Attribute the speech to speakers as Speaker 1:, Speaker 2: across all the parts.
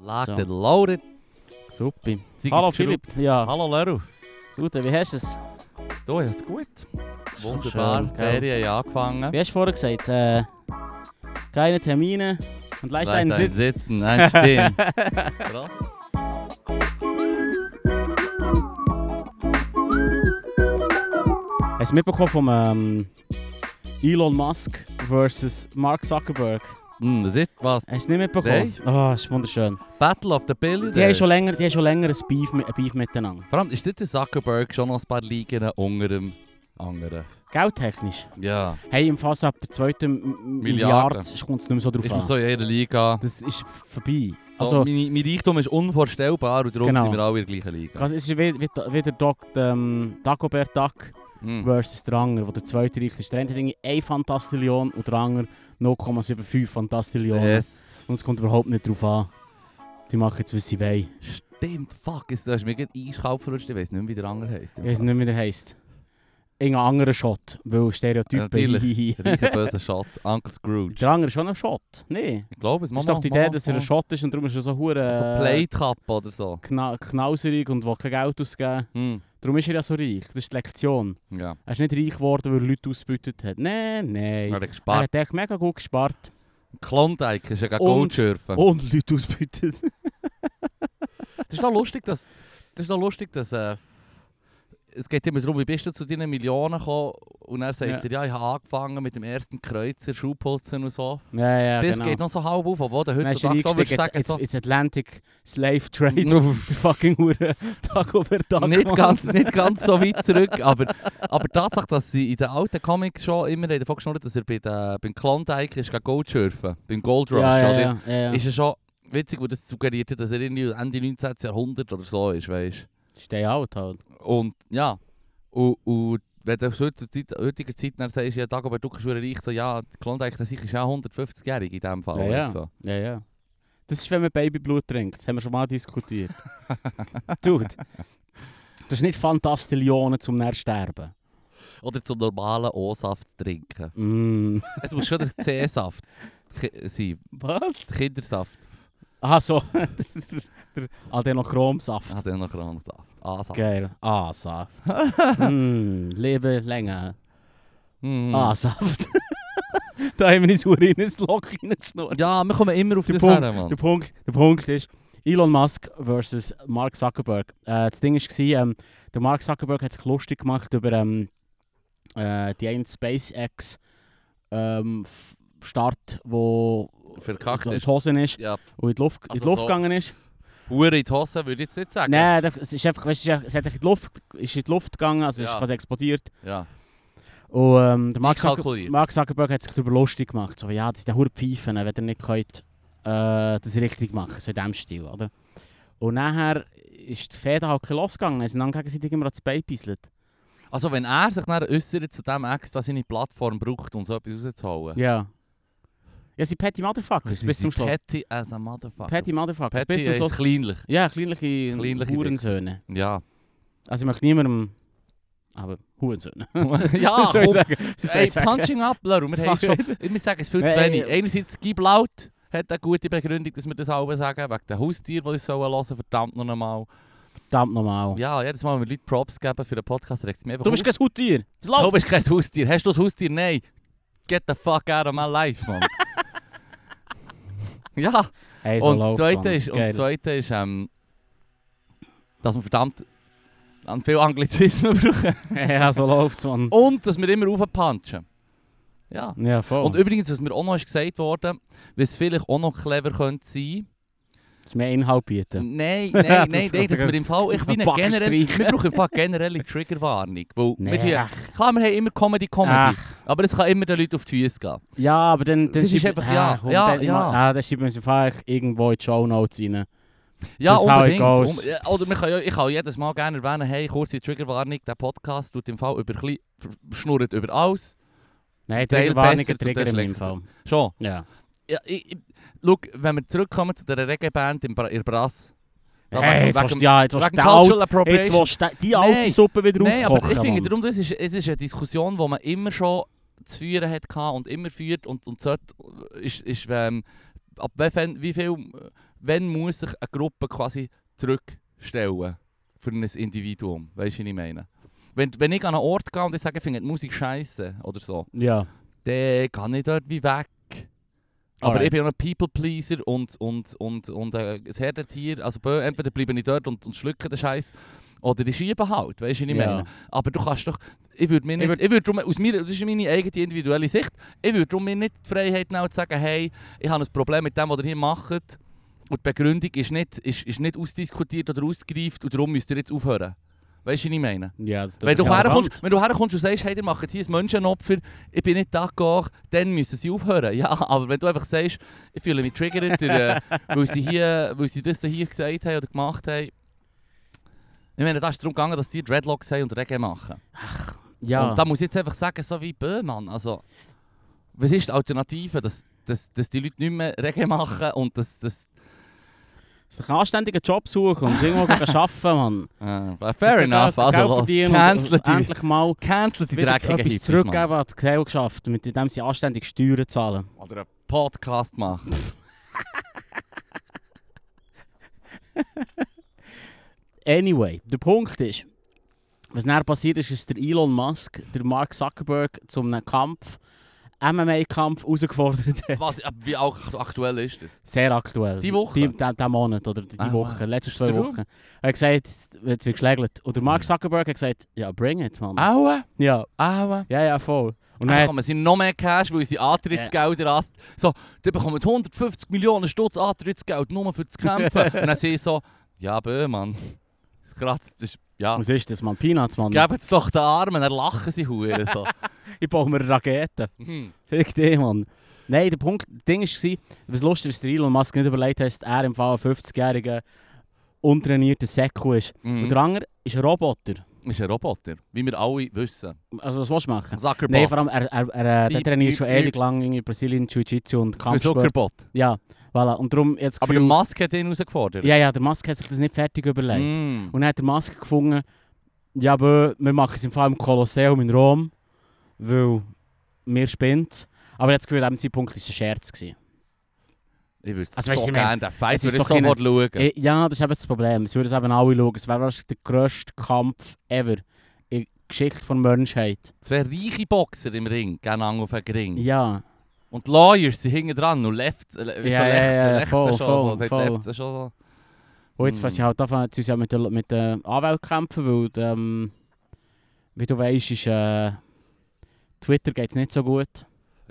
Speaker 1: Lag
Speaker 2: So.
Speaker 1: der Lauren.
Speaker 2: Super.
Speaker 1: Zeig
Speaker 2: Hallo
Speaker 1: uns die
Speaker 2: Philipp. Ja,
Speaker 1: Hallo Leru.
Speaker 2: Sute, wie hast du es?
Speaker 1: Du, ja, ist gut.
Speaker 2: So
Speaker 1: Wunderbar.
Speaker 2: schön,
Speaker 1: Die
Speaker 2: gell?
Speaker 1: Ferien haben angefangen.
Speaker 2: Wie hast du vorher gesagt? Äh, keine Termine und leicht einen
Speaker 1: Bleib
Speaker 2: Sitz.
Speaker 1: Sitzen, ein Stehen. Krass.
Speaker 2: Hast du mitbekommen vom ähm, Elon Musk versus Mark Zuckerberg?
Speaker 1: Hm, das ist was.
Speaker 2: Hast du nicht mitbekommen? Oh, ist wunderschön.
Speaker 1: Battle of the Billionaires.
Speaker 2: Die haben schon länger, die haben schon länger ein Beef, mi- ein Beef miteinander.
Speaker 1: Vor allem ist nicht der Zuckerberg schon noch ein paar Ligen unter dem anderen.
Speaker 2: Geldtechnisch.
Speaker 1: Ja.
Speaker 2: Hey, im Fass ab der zweiten M-
Speaker 1: Milliarden.
Speaker 2: Milliarde kommt es nicht mehr so
Speaker 1: Ich
Speaker 2: drauf an.
Speaker 1: muss so in jeder Liga.
Speaker 2: Das ist f- vorbei.
Speaker 1: So,
Speaker 2: Also,
Speaker 1: meine, mein Reichtum ist unvorstellbar und darum
Speaker 2: Genau.
Speaker 1: sind wir alle in der gleichen Liga.
Speaker 2: es ist wie- wie- wieder Doc, ähm, Dagobert Duck.
Speaker 1: Hm.
Speaker 2: versus Dranger, wo der zweite reichste ist. Der eine hat irgendwie 1 Fantastillion und Dranger 0,75 Fantastillionen.
Speaker 1: Yes.
Speaker 2: Und es kommt überhaupt nicht drauf an. Die machen jetzt, was sie wollen.
Speaker 1: Stimmt, fuck. Ist, du hast mir gerade eiskalt verrutscht. Ich weiß nicht mehr, wie der andere heisst.
Speaker 2: Ich weiß nicht, wie der heisst. Irgendein anderer Shot, weil Stereotypen...
Speaker 1: Natürlich.
Speaker 2: hihi.
Speaker 1: Reicher böser Shot. Uncle Scrooge.
Speaker 2: Dranger ist schon ein Shot, nee.
Speaker 1: Ich glaube es.
Speaker 2: Das ist
Speaker 1: Mama,
Speaker 2: doch die
Speaker 1: Mama,
Speaker 2: Idee, dass er ein
Speaker 1: Mama.
Speaker 2: Shot ist und darum ist er so hure
Speaker 1: So
Speaker 2: äh,
Speaker 1: Plate Cup oder so.
Speaker 2: kna knauserig und will kein Geld ausgeben.
Speaker 1: Hm.
Speaker 2: Darum ist er ja so reich. Das ist die Lektion.
Speaker 1: Ja.
Speaker 2: Er ist nicht reich geworden, weil er Leute ausgebeutet hat. Nein,
Speaker 1: Er
Speaker 2: nein.
Speaker 1: hat
Speaker 2: Er
Speaker 1: gespart.
Speaker 2: hat echt mega gut gespart
Speaker 1: Äh, Klondike ist ja gegen
Speaker 2: Und-
Speaker 1: Gold schürfen.
Speaker 2: und Leute ausgebeutet.
Speaker 1: Oh. Das ist doch lustig, dass... Das ist doch lustig, dass... Äh, es geht immer darum, wie bist du zu deinen Millionen gekommen? Und er sagt
Speaker 2: Ja.
Speaker 1: dir, ja, ich habe angefangen mit dem ersten Kreuzer, Schuhputzen und so.
Speaker 2: Ja, ja,
Speaker 1: das
Speaker 2: genau.
Speaker 1: geht noch so halb auf, obwohl du
Speaker 2: Nein, ist ja
Speaker 1: heutzutage so würdest
Speaker 2: eingestiegen,
Speaker 1: sagen,
Speaker 2: it's,
Speaker 1: so...
Speaker 2: it's, it's Atlantic Slave Trade. der fucking Hure Dagobert Duck.
Speaker 1: nicht,
Speaker 2: Mann.
Speaker 1: ganz, nicht ganz so weit zurück, aber, aber die Tatsache, dass sie in den alten Comics schon immer haben davon geschnurrt, dass er bei den, beim Klondike ist gegen Gold schürfen, beim Gold Rush,
Speaker 2: ja,
Speaker 1: oder?
Speaker 2: ja, ja, ja.
Speaker 1: Ist ja schon witzig, wo das suggeriert hat, dass er irgendwie Ende 19. Jahrhundert oder so ist, weißt
Speaker 2: Stay out halt.
Speaker 1: Und ja, und, und wenn du heute zur Zeit, heutiger Zeit dann sagst, ja, Dagobert Duck ist schon reich, so, ja, die Klondike der sich ist ja 150-jährig in dem Fall.
Speaker 2: Ja,
Speaker 1: weißt du, So.
Speaker 2: Ja, ja. Das ist, wenn man Babyblut trinkt. Das haben wir schon mal diskutiert. Dude. Das ist nicht Fantastillionen zum näher sterben.
Speaker 1: Oder zum normalen O-Saft trinken.
Speaker 2: Mm.
Speaker 1: es muss schon der C-Saft ki- sein,
Speaker 2: Was?
Speaker 1: der Kindersaft.
Speaker 2: Aha, so. der, der, der Adenochromsaft.
Speaker 1: Ah, dann noch Kronsaft. A-Saft.
Speaker 2: Geil. A-Saft. mm. Lebe länger.
Speaker 1: Mm.
Speaker 2: Hm. A-Saft. Ah, da haben wir uns Hure in ein Loch reingeschnurrt.
Speaker 1: Ja, wir kommen immer auf
Speaker 2: Der
Speaker 1: das
Speaker 2: Punkt,
Speaker 1: her, Mann.
Speaker 2: Der Punkt, der Punkt ist, Elon Musk versus Mark Zuckerberg. Äh, das Ding war, ähm, der Mark Zuckerberg hat sich lustig gemacht über ähm, äh, die einen SpaceX ähm, F- Start, wo
Speaker 1: Verkackt
Speaker 2: in die
Speaker 1: ist.
Speaker 2: Hose ist
Speaker 1: Ja,
Speaker 2: und in die Luft, in
Speaker 1: Also
Speaker 2: die Luft
Speaker 1: so.
Speaker 2: gegangen ist.
Speaker 1: Hure in die Hose würde ich jetzt nicht sagen.
Speaker 2: Nein, da- es ist einfach, weißt, du, es ist- es hat sich in die Luft, ist in die Luft gegangen, also es
Speaker 1: Ja.
Speaker 2: ist quasi explodiert.
Speaker 1: Ja.
Speaker 2: Und ähm, der Mark, Zucker
Speaker 1: Einkalkuliert.
Speaker 2: Mark Zuckerberg hat sich darüber lustig gemacht. So, ja, das ist der Hure Pfeifen, wenn ihr nicht könnt, äh, das richtig machen So in diesem Stil, oder? Und nachher ist die Feder halt ein bisschen losgegangen. Sie sind dann gegenseitig immer an das Bein gebisselt.
Speaker 1: Also wenn er sich dann äußert zu dem Ex, dass seine Plattform braucht, um so etwas rauszuholen.
Speaker 2: Ja. Ja, sie petty Motherfuckers bis zum Schluss.
Speaker 1: Petty as a motherfucker.
Speaker 2: Petty
Speaker 1: Petty
Speaker 2: Motherfuckers bis zum
Speaker 1: ist
Speaker 2: Schluss.
Speaker 1: kleinlich.
Speaker 2: Ja, kleinliche,
Speaker 1: Kleinliche
Speaker 2: Hurensöhne.
Speaker 1: Ja.
Speaker 2: Also ich möchte niemandem... Aber Hurensöhne.
Speaker 1: ja,
Speaker 2: das soll ich
Speaker 1: komm.
Speaker 2: sagen. Das soll
Speaker 1: Ey,
Speaker 2: ich sagen.
Speaker 1: punching up, Laru. Wir, haben
Speaker 2: Fuck.
Speaker 1: schon, wir sagen es viel zu
Speaker 2: Nein.
Speaker 1: wenig. Einerseits Guy Blaut hat eine gute Begründung, dass wir das alle sagen, wegen den Haustieren, die uns sollen hören verdammt noch einmal.
Speaker 2: Verdammt nochmal.
Speaker 1: Ja, jedes Mal, wenn wir Leute Props geben für den Podcast, regt es mir einfach
Speaker 2: Du bist
Speaker 1: auf.
Speaker 2: kein Huttier. Was
Speaker 1: Du
Speaker 2: läuft?
Speaker 1: bist kein Haustier. Hast du ein Haustier? Nein. Get the fuck out of my life, Mann. ja.
Speaker 2: Hey, so
Speaker 1: Und das
Speaker 2: läuft's,
Speaker 1: Zweite
Speaker 2: Mann.
Speaker 1: ist, und
Speaker 2: Geil.
Speaker 1: das Zweite ist ähm, dass wir verdammt an viel Anglizismen brauchen.
Speaker 2: ja, so läuft's, Mann.
Speaker 1: Und dass wir immer raufpunchen. Ja.
Speaker 2: Ja, voll.
Speaker 1: Und übrigens, was mir auch noch ist gesagt worden, was vielleicht auch noch clever könnte sein.
Speaker 2: dass wir Inhalt bieten.
Speaker 1: Nein,
Speaker 2: Das
Speaker 1: nein, nein, nein,
Speaker 2: kommt
Speaker 1: dass wir im Fall, ich
Speaker 2: auf
Speaker 1: bin
Speaker 2: den Backen
Speaker 1: generell,
Speaker 2: streichen.
Speaker 1: wir brauchen im Fall generelle Triggerwarnung. Weil wir
Speaker 2: Nee,
Speaker 1: tun,
Speaker 2: ach,
Speaker 1: klar, wir haben immer Comedy, Comedy,
Speaker 2: ach.
Speaker 1: aber es kann immer den Leuten auf die Füße gehen.
Speaker 2: Ja, aber dann... dann
Speaker 1: Das ist
Speaker 2: schreiben-
Speaker 1: einfach, ja,
Speaker 2: Ah, komm,
Speaker 1: ja,
Speaker 2: dann,
Speaker 1: ja.
Speaker 2: Ah, dann schreiben wir uns einfach irgendwo in die Shownotes rein.
Speaker 1: Ja,
Speaker 2: Das ist how it
Speaker 1: unbedingt.
Speaker 2: goes.
Speaker 1: Um, ja, oder man kann ja, ich kann jedes Mal gerne erwähnen, hey, kurze Triggerwarnung, der Podcast tut im Fall über klein- schnurrt über alles.
Speaker 2: Nein,
Speaker 1: Teil
Speaker 2: Triggerwarnungen
Speaker 1: besser, zum Teil
Speaker 2: triggern in meinem
Speaker 1: schlechter.
Speaker 2: Fall.
Speaker 1: Schon.
Speaker 2: Ja.
Speaker 1: Ja, ich, ich, schau, wenn wir zurückkommen zu der Reggae-Band in, Bra in Brass. da
Speaker 2: Hey,
Speaker 1: wegen-
Speaker 2: jetzt
Speaker 1: wegen-
Speaker 2: willst du ja, jetzt willst du
Speaker 1: wegen
Speaker 2: die alte-
Speaker 1: Cultural
Speaker 2: jetzt
Speaker 1: Appropriation.
Speaker 2: willst du die- die alte
Speaker 1: Nein.
Speaker 2: Suppe wieder
Speaker 1: Nein, aber ich
Speaker 2: aufkochen.
Speaker 1: finde,
Speaker 2: Mann.
Speaker 1: darum, das ist, es ist eine Diskussion, die man immer schon zu führen hat gehabt und immer führt und, und sollte, ist, ist ähm, ab wie, wie viel, wenn muss sich eine Gruppe quasi zurückstellen für ein Individuum? Weißt du, was ich meine? Wenn, wenn ich an einen Ort gehe und ich sage, ich finde die Musik scheiße oder so,
Speaker 2: Ja.
Speaker 1: dann kann ich dort wie weg. Aber
Speaker 2: Alright.
Speaker 1: ich bin auch ein People-Pleaser und, und, und, und äh, ein Herdentier. Also bö- entweder bleibe ich dort und, und schlucke den Scheiß oder ich schiebe halt. Weißt du, was ich meine?
Speaker 2: ja.
Speaker 1: Aber du kannst doch. Ich würde mir
Speaker 2: Ich
Speaker 1: nicht.
Speaker 2: würd-
Speaker 1: Ich würd drum, aus mir, das ist meine eigene individuelle Sicht. Ich würde drum mir nicht die Freiheit nehmen zu sagen, hey, ich habe ein Problem mit dem, was ihr hier macht. Und die Begründung ist nicht, ist, ist nicht ausdiskutiert oder ausgereift und darum müsst ihr jetzt aufhören. Weißt du, was ich meine?
Speaker 2: ja das tut
Speaker 1: Wenn du,
Speaker 2: mich arrogant.
Speaker 1: herkommst, wenn du herkommst und sagst, hey, ihr macht hier ein Menschenopfer, ich bin nicht d'accord, dann müssen sie aufhören. Ja, aber wenn du einfach sagst, ich fühle mich triggert, oder, äh, weil, sie hier, weil sie das hier gesagt haben oder gemacht haben. Ich meine, da ist darum gegangen, dass die Dreadlocks haben und Reggae machen.
Speaker 2: Ja.
Speaker 1: Und da muss ich jetzt einfach sagen, so wie Böhmann, also... Was ist die Alternative, dass, dass, dass die Leute nicht mehr Reggae machen und dass... dass
Speaker 2: Sich einen anständigen Job suchen und irgendwo gehen arbeiten, Mann.
Speaker 1: äh, fair
Speaker 2: Geld-
Speaker 1: enough,
Speaker 2: Geld
Speaker 1: also los,
Speaker 2: verdienen und
Speaker 1: cancel die,
Speaker 2: Endlich mal
Speaker 1: cancel die
Speaker 2: wieder
Speaker 1: dreckigen
Speaker 2: etwas
Speaker 1: Hippies,
Speaker 2: zurückgeben
Speaker 1: Mann.
Speaker 2: an die Gesellschaft, mit dem sie anständig Steuern zahlen.
Speaker 1: Oder einen Podcast machen.
Speaker 2: Anyway, der Punkt ist, was dann passiert ist, ist der Elon Musk, der Mark Zuckerberg, zu einem Kampf, MMA-Kampf herausgefordert hat.
Speaker 1: Was, ab- wie auch aktuell ist das?
Speaker 2: Sehr aktuell.
Speaker 1: Die Woche?
Speaker 2: Die, der, der Monat oder die
Speaker 1: Ah,
Speaker 2: Woche,
Speaker 1: wow.
Speaker 2: letzte
Speaker 1: Ist
Speaker 2: zwei
Speaker 1: der Hm.
Speaker 2: Wochen. Er hat gesagt, jetzt wird geschlägelt. Und der Mark Zuckerberg hat gesagt, ja, bring it, Mann.
Speaker 1: Aua,
Speaker 2: Ja,
Speaker 1: aua.
Speaker 2: ja, ja, voll. Und
Speaker 1: Und dann
Speaker 2: dann,
Speaker 1: bekommen sie noch mehr Cash, weil sie Antrittsgelder yeah. So, die bekommen 150 Millionen Stutz Antrittsgeld nur für das Kämpfen. Und dann sie so, ja Böhmann, das kratzt, das ist, ja.
Speaker 2: was ist das, Mann? Peanuts, Mann.
Speaker 1: Gebt es doch den Armen, dann lachen sie hure so.
Speaker 2: Ich baue mir eine Rakete.
Speaker 1: Hm.
Speaker 2: Fick dich, Mann. Nein, der Punkt, das Ding war, was lustig was der Elon Musk nicht überlegt hat, dass er im Fall ein 50-jähriger, untrainierter Säcko ist. Und
Speaker 1: Mhm.
Speaker 2: der andere ist ein Roboter.
Speaker 1: Ist ein Roboter, wie wir alle wissen.
Speaker 2: Also was willst du machen?
Speaker 1: Zuckerbot.
Speaker 2: Nein, vor allem, er, er, er äh, der
Speaker 1: Piep,
Speaker 2: trainiert
Speaker 1: piep,
Speaker 2: schon
Speaker 1: piep.
Speaker 2: ewig lang in Brasilien Jiu-Jitsu und
Speaker 1: Der
Speaker 2: Kampfsport.
Speaker 1: Zuckerbot.
Speaker 2: Ja, voilà. Und darum jetzt
Speaker 1: Aber der Musk hat ihn herausgefordert.
Speaker 2: Ja, ja, der Musk hat sich das nicht fertig überlegt.
Speaker 1: Mm.
Speaker 2: Und dann hat der Musk gefunden, ja, aber wir machen es im Fall im Kolosseum in Rom, weil wir spinnt. Aber jetzt gehört, an diesem Zeitpunkt war es ein Scherz. Gewesen.
Speaker 1: Ich würde
Speaker 2: Also,
Speaker 1: so
Speaker 2: weißt du, ich meine,
Speaker 1: gerne den Fight
Speaker 2: es ist
Speaker 1: würde ich
Speaker 2: doch Eh- in-
Speaker 1: sofort schauen.
Speaker 2: Ja. Äh, ja, das ist eben das Problem. Es würden es eben alle schauen. Es wäre wahrscheinlich der grösste Kampf ever in der Geschichte der Menschheit.
Speaker 1: Zwei reiche Boxer im Ring, gehen an auf einen Ring.
Speaker 2: Ja,
Speaker 1: Und die Lawyers sind hinten dran und left, äh, le-
Speaker 2: Ja,
Speaker 1: so
Speaker 2: ja,
Speaker 1: left,
Speaker 2: ja,
Speaker 1: left
Speaker 2: voll,
Speaker 1: schon so,
Speaker 2: voll,
Speaker 1: dort
Speaker 2: voll.
Speaker 1: left schon so.
Speaker 2: und jetzt
Speaker 1: Hm.
Speaker 2: mm. ich halt anfangen, zu uns ja mit den mit den Anwälten kämpfen, weil, ähm, wie du weißt, ist äh, Twitter geht es nicht so gut.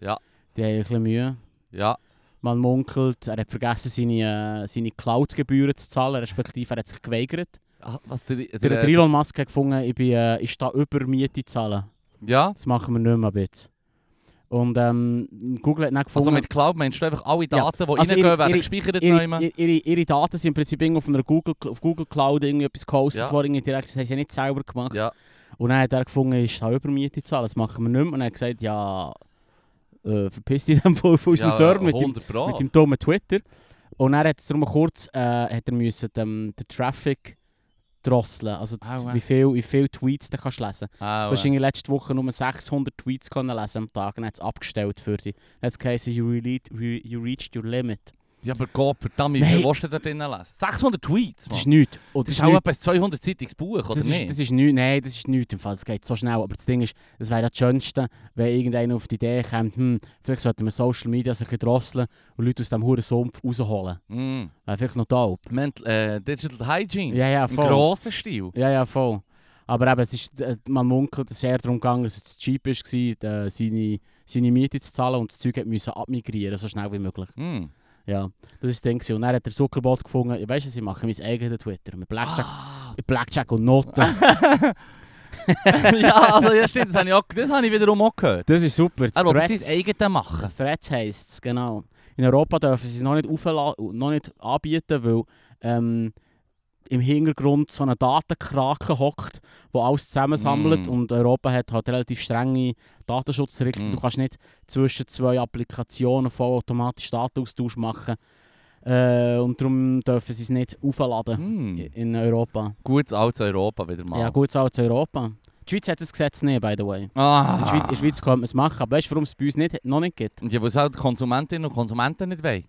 Speaker 1: Ja.
Speaker 2: Die haben ein bisschen Mühe.
Speaker 1: Ja,
Speaker 2: Man munkelt, er hat vergessen, seine, äh, seine Cloud-Gebühren zu zahlen, respektive er hat sich geweigert.
Speaker 1: Ah, was der, der,
Speaker 2: Der, der Elon Musk hat gefunden, ich, bin, äh, ich stehe über Miete zu zahlen.
Speaker 1: Ja, Also
Speaker 2: Das machen wir nicht mehr bitte. Und ähm, Google hat dann gefunden,
Speaker 1: also mit Cloud meinst du einfach alle
Speaker 2: Ja.
Speaker 1: Daten, die
Speaker 2: Also
Speaker 1: reingehen,
Speaker 2: ihre-
Speaker 1: werden
Speaker 2: ihre-
Speaker 1: gespeichert
Speaker 2: ihre,
Speaker 1: neu.
Speaker 2: ihre, ihre, ihre Daten sind im Prinzip irgendwo von der Google, auf Google Cloud irgendwie etwas gehostet
Speaker 1: Ja.
Speaker 2: worden, irgendwie direkt, das haben sie nicht selber gemacht.
Speaker 1: Ja.
Speaker 2: Und dann hat er gefunden, ich stehe über Miete zu zahlen, das machen wir nicht mehr. Und er hat gesagt, ja, äh, verpiss dich dann von, von unserem Server mit dem
Speaker 1: 100 Pro.
Speaker 2: mit dem dummen Twitter. Und er hat es darum kurz, äh, hat er müssen ähm, den Traffic drosseln, also
Speaker 1: Ah, wow.
Speaker 2: wie viele wie viel Tweets du kannst lesen.
Speaker 1: ah,
Speaker 2: Du hast irgendwie letzte Woche nur 600 Tweets können lesen am Tag und hat es abgestellt für dich. Dann hat es geheißen, you, rele- re you reached your limit.
Speaker 1: ja, aber Gott, verdammt, wie viel
Speaker 2: Nein.
Speaker 1: willst du da drinnen lesen? 600 Tweets,
Speaker 2: Das ist
Speaker 1: Mann.
Speaker 2: nichts. Oh,
Speaker 1: Das ist auch etwa ein 200-seitiges Buch, oder
Speaker 2: das ist,
Speaker 1: nicht?
Speaker 2: das ist nichts, nein, das ist nichts im Fall, es geht so schnell. Aber das Ding ist, es wäre ja das Schönste, wenn irgendeiner auf die Idee kommt, hm, vielleicht sollten wir Social Media sich ein bisschen drosseln und Leute aus diesem Hurensumpf rausholen.
Speaker 1: Mm.
Speaker 2: Wäre vielleicht noch taub.
Speaker 1: Mental, äh, Digital Hygiene,
Speaker 2: Ja, ja,
Speaker 1: im
Speaker 2: voll.
Speaker 1: grossen Stil.
Speaker 2: Ja, ja, voll. Aber eben, es ist, äh, man munkelt, es ist eher darum gegangen, dass es zu cheap war, äh, seine, seine Miete zu zahlen und das Zeug hat müssen abmigrieren, so schnell wie möglich.
Speaker 1: Mm.
Speaker 2: Ja, das ist das Ding. gewesen. Und dann hat der Zuckerbot gefunden, ja, weißt du, was ich mache mein eigenes Twitter mit Blackjack,
Speaker 1: Ah.
Speaker 2: mit Blackjack und Noten.
Speaker 1: ja, also ja, stimmt, das habe ich, auch, das habe ich wiederum auch gehört. Also,
Speaker 2: Das ist super.
Speaker 1: Er will
Speaker 2: Threads-
Speaker 1: sein eigenes machen.
Speaker 2: Threads heisst es, genau. In Europa dürfen sie es noch nicht, aufla- noch nicht anbieten, weil ähm, im Hintergrund so eine Datenkrake hockt, wo alles zusammensammelt
Speaker 1: Mm.
Speaker 2: und Europa hat halt relativ strenge Datenschutzregeln.
Speaker 1: Mm.
Speaker 2: Du kannst nicht zwischen zwei Applikationen vollautomatisch Datenaustausch machen äh, und darum dürfen sie es nicht aufladen
Speaker 1: Mm.
Speaker 2: in Europa.
Speaker 1: Gutes altes Europa wieder mal.
Speaker 2: Ja, gut, auch zu Europa. Die Schweiz hat das Gesetz nicht, by the way.
Speaker 1: Ah.
Speaker 2: In der Schweiz, in der Schweiz könnte man es machen, aber weißt du, warum es bei uns nicht, noch nicht gibt?
Speaker 1: Ja, was auch die Konsumentinnen und Konsumenten nicht wollen.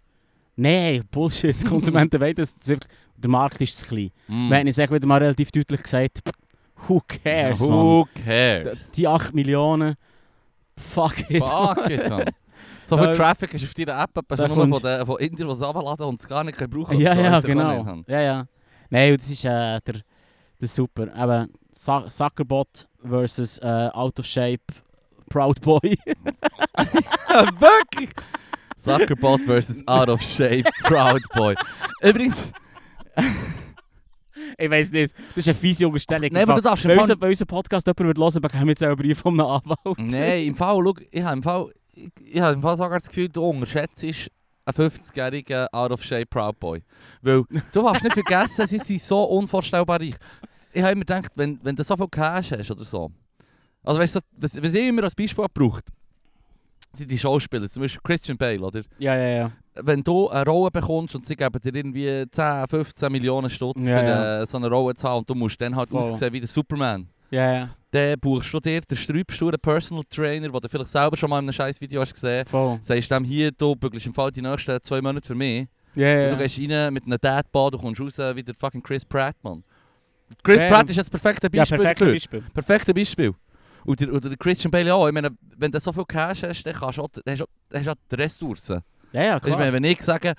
Speaker 2: Nein, Bullshit. Die Konsumenten wollen das. das ist einfach- der Markt ist zu klein.
Speaker 1: Mm.
Speaker 2: Wir haben jetzt echt wieder mal relativ deutlich gesagt, pff, who cares, Mann.
Speaker 1: Who cares?
Speaker 2: Die 8 Millionen, fuck it.
Speaker 1: Fuck it, Mann. So viel
Speaker 2: Ähm,
Speaker 1: Traffic ist auf deiner App, etwa
Speaker 2: da
Speaker 1: schon nur von,
Speaker 2: kommst-
Speaker 1: den, von Indien, die es runterladen und es gar nicht brauchen können.
Speaker 2: Ja,
Speaker 1: So
Speaker 2: ja,
Speaker 1: Leute, die
Speaker 2: genau.
Speaker 1: nicht haben.
Speaker 2: Ja, ja. Nein, und das ist äh, der, der super. Eben, Sa Zuckerbot versus äh, Out of Shape Proud Boy.
Speaker 1: Wirklich? Zuckerbot versus Out of Shape Proud Boy. Übrigens,
Speaker 2: ich weiß nicht, das ist eine fiese Unterstellung.
Speaker 1: nein, aber du darfst
Speaker 2: Wenn
Speaker 1: im
Speaker 2: unser,
Speaker 1: Fall...
Speaker 2: wenn unser Podcast jemand würde hören, bekommen wir jetzt auch einen Brief von einem Anwalt.
Speaker 1: Nein, im Fall, schau, ich habe im Fall, ich, ich habe im Fall sogar das Gefühl, du unterschätzt einen 50-jährigen Out of Shape Proud Boy. Weil du darfst nicht vergessen, sie sind so unvorstellbar reich. Ich habe immer gedacht, wenn, wenn du so viel Cash hast oder so. Also weißt du, so- was, was ich immer als Beispiel gebraucht sind die Schauspieler, zum Beispiel Christian Bale, oder?
Speaker 2: Ja, ja, ja.
Speaker 1: wenn du eine Rolle bekommst und sie geben dir irgendwie 10, 15 Millionen Stutz
Speaker 2: Ja,
Speaker 1: für
Speaker 2: ja.
Speaker 1: äh, so eine Rolle zu haben und du musst dann halt
Speaker 2: Voll.
Speaker 1: aussehen wie der Superman,
Speaker 2: Ja, ja.
Speaker 1: dann buchst du dir den strübsturen Personal Trainer, den du vielleicht selber schon mal in einem scheiß Video hast gesehen.
Speaker 2: Voll.
Speaker 1: Sagst dem hier, du bügelst im Fall die nächsten zwei Monate für mich.
Speaker 2: Ja, ja.
Speaker 1: Und du gehst rein mit einem Deadbad und kommst raus wie der fucking Chris Pratt, Mann. Chris
Speaker 2: Fair.
Speaker 1: Pratt ist jetzt das perfekte
Speaker 2: ja,
Speaker 1: Beispiel
Speaker 2: perfektes
Speaker 1: dafür.
Speaker 2: Beispiel.
Speaker 1: Perfekte Beispiel. Und der, und der Christian Bale auch. Ich meine, wenn du so viel Cash hast, dann kannst du auch, dann hast du auch, dann hast du auch die Ressourcen.
Speaker 2: Ja, ja,
Speaker 1: Weißt du,
Speaker 2: klar.
Speaker 1: wenn- wenn ich sage,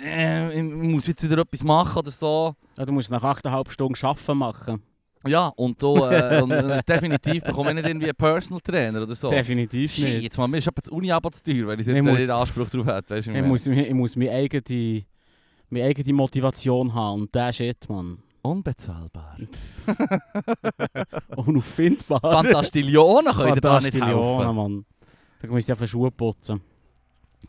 Speaker 1: äh, ich muss jetzt wieder etwas machen oder so,
Speaker 2: Ja, Also, du musst nach 8,5 Stunden arbeiten machen.
Speaker 1: ja, und da äh, und, äh, definitiv bekomme ich nicht irgendwie einen Personal Trainer oder so.
Speaker 2: Definitiv
Speaker 1: Shit,
Speaker 2: nicht.
Speaker 1: jetzt mal, mir ist aber das uni aber zu teuer, weil ich
Speaker 2: Ich
Speaker 1: jetzt
Speaker 2: muss-
Speaker 1: nicht Anspruch drauf hätte. Weißt du, wie
Speaker 2: Ich
Speaker 1: meine?
Speaker 2: muss, ich muss meine, eigene, meine eigene Motivation haben und der Shit, Mann.
Speaker 1: Unbezahlbar.
Speaker 2: Unauffindbar.
Speaker 1: Fantastillionen können dir da nicht
Speaker 2: Fantastillionen,
Speaker 1: helfen.
Speaker 2: Mann. Da musst du einfach Schuhe putzen.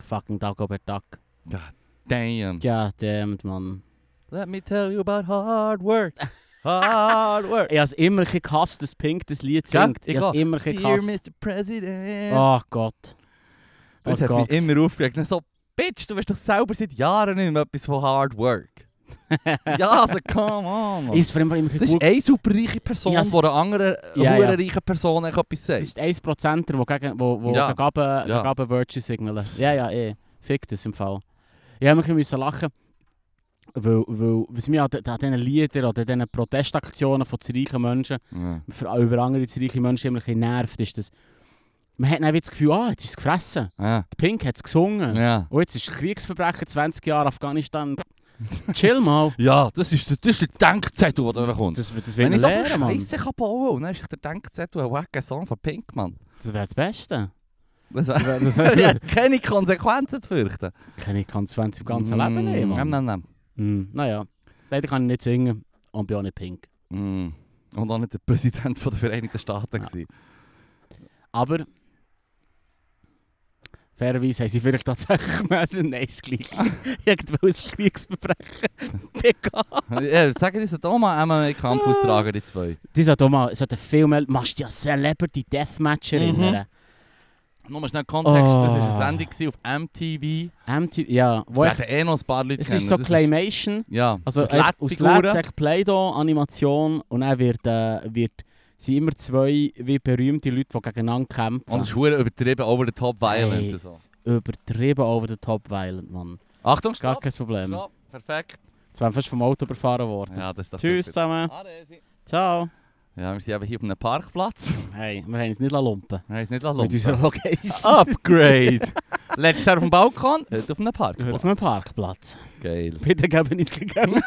Speaker 2: Fucking Dagobert Duck.
Speaker 1: God damn.
Speaker 2: Ja, damn, Mann.
Speaker 1: Let me tell you about hard work. Hard work.
Speaker 2: Ich habe immer ein bisschen gehasst, dass Pink das Lied
Speaker 1: Gell?
Speaker 2: singt. Ich
Speaker 1: Ich
Speaker 2: habe
Speaker 1: auch.
Speaker 2: immer ein bisschen
Speaker 1: Dear
Speaker 2: gehasst.
Speaker 1: Mr. President.
Speaker 2: Oh Gott. Oh
Speaker 1: das hat
Speaker 2: Gott.
Speaker 1: mich immer aufgeregt. Dann So, Bitch, du weißt doch selber seit Jahren nicht mehr etwas von Hard Work. Ja, also come on. Mann.
Speaker 2: Ist vor allem immer ein
Speaker 1: Das
Speaker 2: bisschen
Speaker 1: ist
Speaker 2: cool.
Speaker 1: eine superreiche Person,
Speaker 2: Ja, es-
Speaker 1: wo eine andere
Speaker 2: Ja,
Speaker 1: ja,
Speaker 2: ja.
Speaker 1: reiche Person eigentlich etwas
Speaker 2: Das
Speaker 1: sagt.
Speaker 2: ist 1%, der gegen, wo, wo
Speaker 1: Ja.
Speaker 2: gegen, oben-
Speaker 1: Ja.
Speaker 2: gegen oben Virtue signalen. Ja, ja, eh. Fick das im Fall. Ich habe mich ein bisschen lachen. Weil, weil was mich an, de- an diesen Liedern oder diesen Protestaktionen von reichen Menschen für, über andere reiche Menschen immer ein bisschen nervt, ist das... Man hat dann wie das Gefühl, ah, jetzt ist es gefressen.
Speaker 1: Ja.
Speaker 2: Die Pink hat es gesungen.
Speaker 1: Ja.
Speaker 2: Und jetzt ist Kriegsverbrechen, 20 Jahre Afghanistan. Chill mal.
Speaker 1: ja, das ist, das ist der Denkzettel, der da kommt.
Speaker 2: Das, das will
Speaker 1: Wenn
Speaker 2: ich
Speaker 1: ich so viel
Speaker 2: lernen, Mann.
Speaker 1: Scheiße kann bauen und dann ist der Denkzettel ein wacker Song von Pink, Dus, eh, Mann.
Speaker 2: Das wäre das Beste.
Speaker 1: Das
Speaker 2: Das wär- das
Speaker 1: die
Speaker 2: wär-
Speaker 1: hat keine Konsequenzen zu fürchten.
Speaker 2: Kenne ich ganz 20 im ganzen Leben nicht, Mann.
Speaker 1: Mm, nein, nein,
Speaker 2: Mm, naja, leider kann ich nicht singen und bin auch nicht pink.
Speaker 1: nein. Mm. Und auch nicht der Präsident von der Vereinigten Staaten.
Speaker 2: Ja.
Speaker 1: gewesen.
Speaker 2: Aber fairerweise haben sie vielleicht tatsächlich müssen. Nein, ist gleich. Irgendwelches Kriegsverbrechen begangen.
Speaker 1: Ja, sagen Sie doch mal MMA-Kampf austragen, die zwei.
Speaker 2: Die sollte auch mal, sollte viel mehr, machst du ja Celebrity Deathmatch
Speaker 1: Mhm.
Speaker 2: erinnern.
Speaker 1: Nur schnell Kontext, das war
Speaker 2: Oh.
Speaker 1: eine Sendung gewesen auf MTV.
Speaker 2: MT, ja,
Speaker 1: Es
Speaker 2: wo ich,
Speaker 1: werden eh noch ein paar Leute
Speaker 2: es
Speaker 1: kennen,
Speaker 2: ist so
Speaker 1: das
Speaker 2: Claymation.
Speaker 1: Ja,
Speaker 2: Also
Speaker 1: Mit
Speaker 2: echt aus
Speaker 1: Lettfiguren.
Speaker 2: Lettech Play-Doh, Animation und dann wird, äh, wird, sind immer zwei wie berühmte Leute, die gegeneinander kämpfen.
Speaker 1: Und es ist hure übertrieben, over the top violent.
Speaker 2: Ey,
Speaker 1: und so.
Speaker 2: s- Übertrieben over the top violent, Mann.
Speaker 1: Achtung,
Speaker 2: Gar
Speaker 1: stopp,
Speaker 2: kein Problem.
Speaker 1: stopp, perfekt.
Speaker 2: Jetzt wären wir fast vom Auto überfahren worden.
Speaker 1: Ja, dus das ist das
Speaker 2: Tschüss
Speaker 1: super.
Speaker 2: zusammen.
Speaker 1: Adesi.
Speaker 2: Ciao.
Speaker 1: Ja, wir sind eben hier auf einem Parkplatz.
Speaker 2: Hey, wir haben uns nicht lumpen
Speaker 1: Wir haben es nicht
Speaker 2: Mit
Speaker 1: lassen.
Speaker 2: unserer Location.
Speaker 1: Upgrade! Letztes Jahr auf dem Balkon, heute auf einem Parkplatz.
Speaker 2: Auf einem Parkplatz.
Speaker 1: Geil.
Speaker 2: Bitte geben uns kein Geld.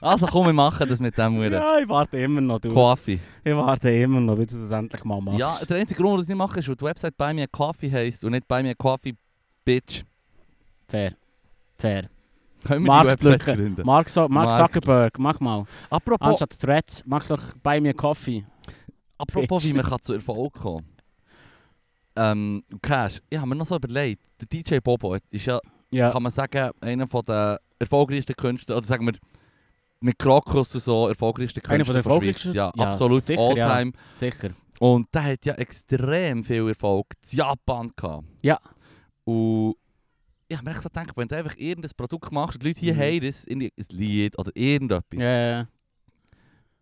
Speaker 1: Also komm, wir machen das mit dem Huren.
Speaker 2: ja, ich warte immer noch, du.
Speaker 1: Coffee.
Speaker 2: Ich warte immer noch, bis du das endlich mal machst.
Speaker 1: Ja, der einzige Grund, warum ich das nicht mache, ist, weil die Website bei mir Coffee heisst und nicht bei mir Coffee Bitch.
Speaker 2: Fair. Fair.
Speaker 1: Können wir die Website
Speaker 2: Marktlücke.
Speaker 1: gründen?
Speaker 2: Mark, so Mark
Speaker 1: Markt-
Speaker 2: Zuckerberg, mach mal.
Speaker 1: Apropos,
Speaker 2: Anstatt Threads, mach doch bei mir Kaffee.
Speaker 1: Apropos,
Speaker 2: Bitch.
Speaker 1: wie man kann zu Erfolg kommen ähm, Cash, ich habe mir noch so überlegt, der DJ Bobo ist ja,
Speaker 2: Ja.
Speaker 1: kann man sagen, einer von der erfolgreichsten Künstler, oder sagen wir, mit Krokus und so, erfolgreichsten Künstler
Speaker 2: Einer von den
Speaker 1: von der
Speaker 2: erfolgreichsten?
Speaker 1: Schweiz. Ja,
Speaker 2: Ja,
Speaker 1: absolut,
Speaker 2: sicher,
Speaker 1: all-time.
Speaker 2: Sicher.
Speaker 1: Und der hat ja extrem viel Erfolg in Japan gehabt.
Speaker 2: Ja.
Speaker 1: Und ich habe mir echt so gedacht, wenn du einfach irgendein Produkt machst und die Leute hier
Speaker 2: Mhm.
Speaker 1: haben es, irgendwie ein Lied oder irgendetwas,
Speaker 2: Ja, ja,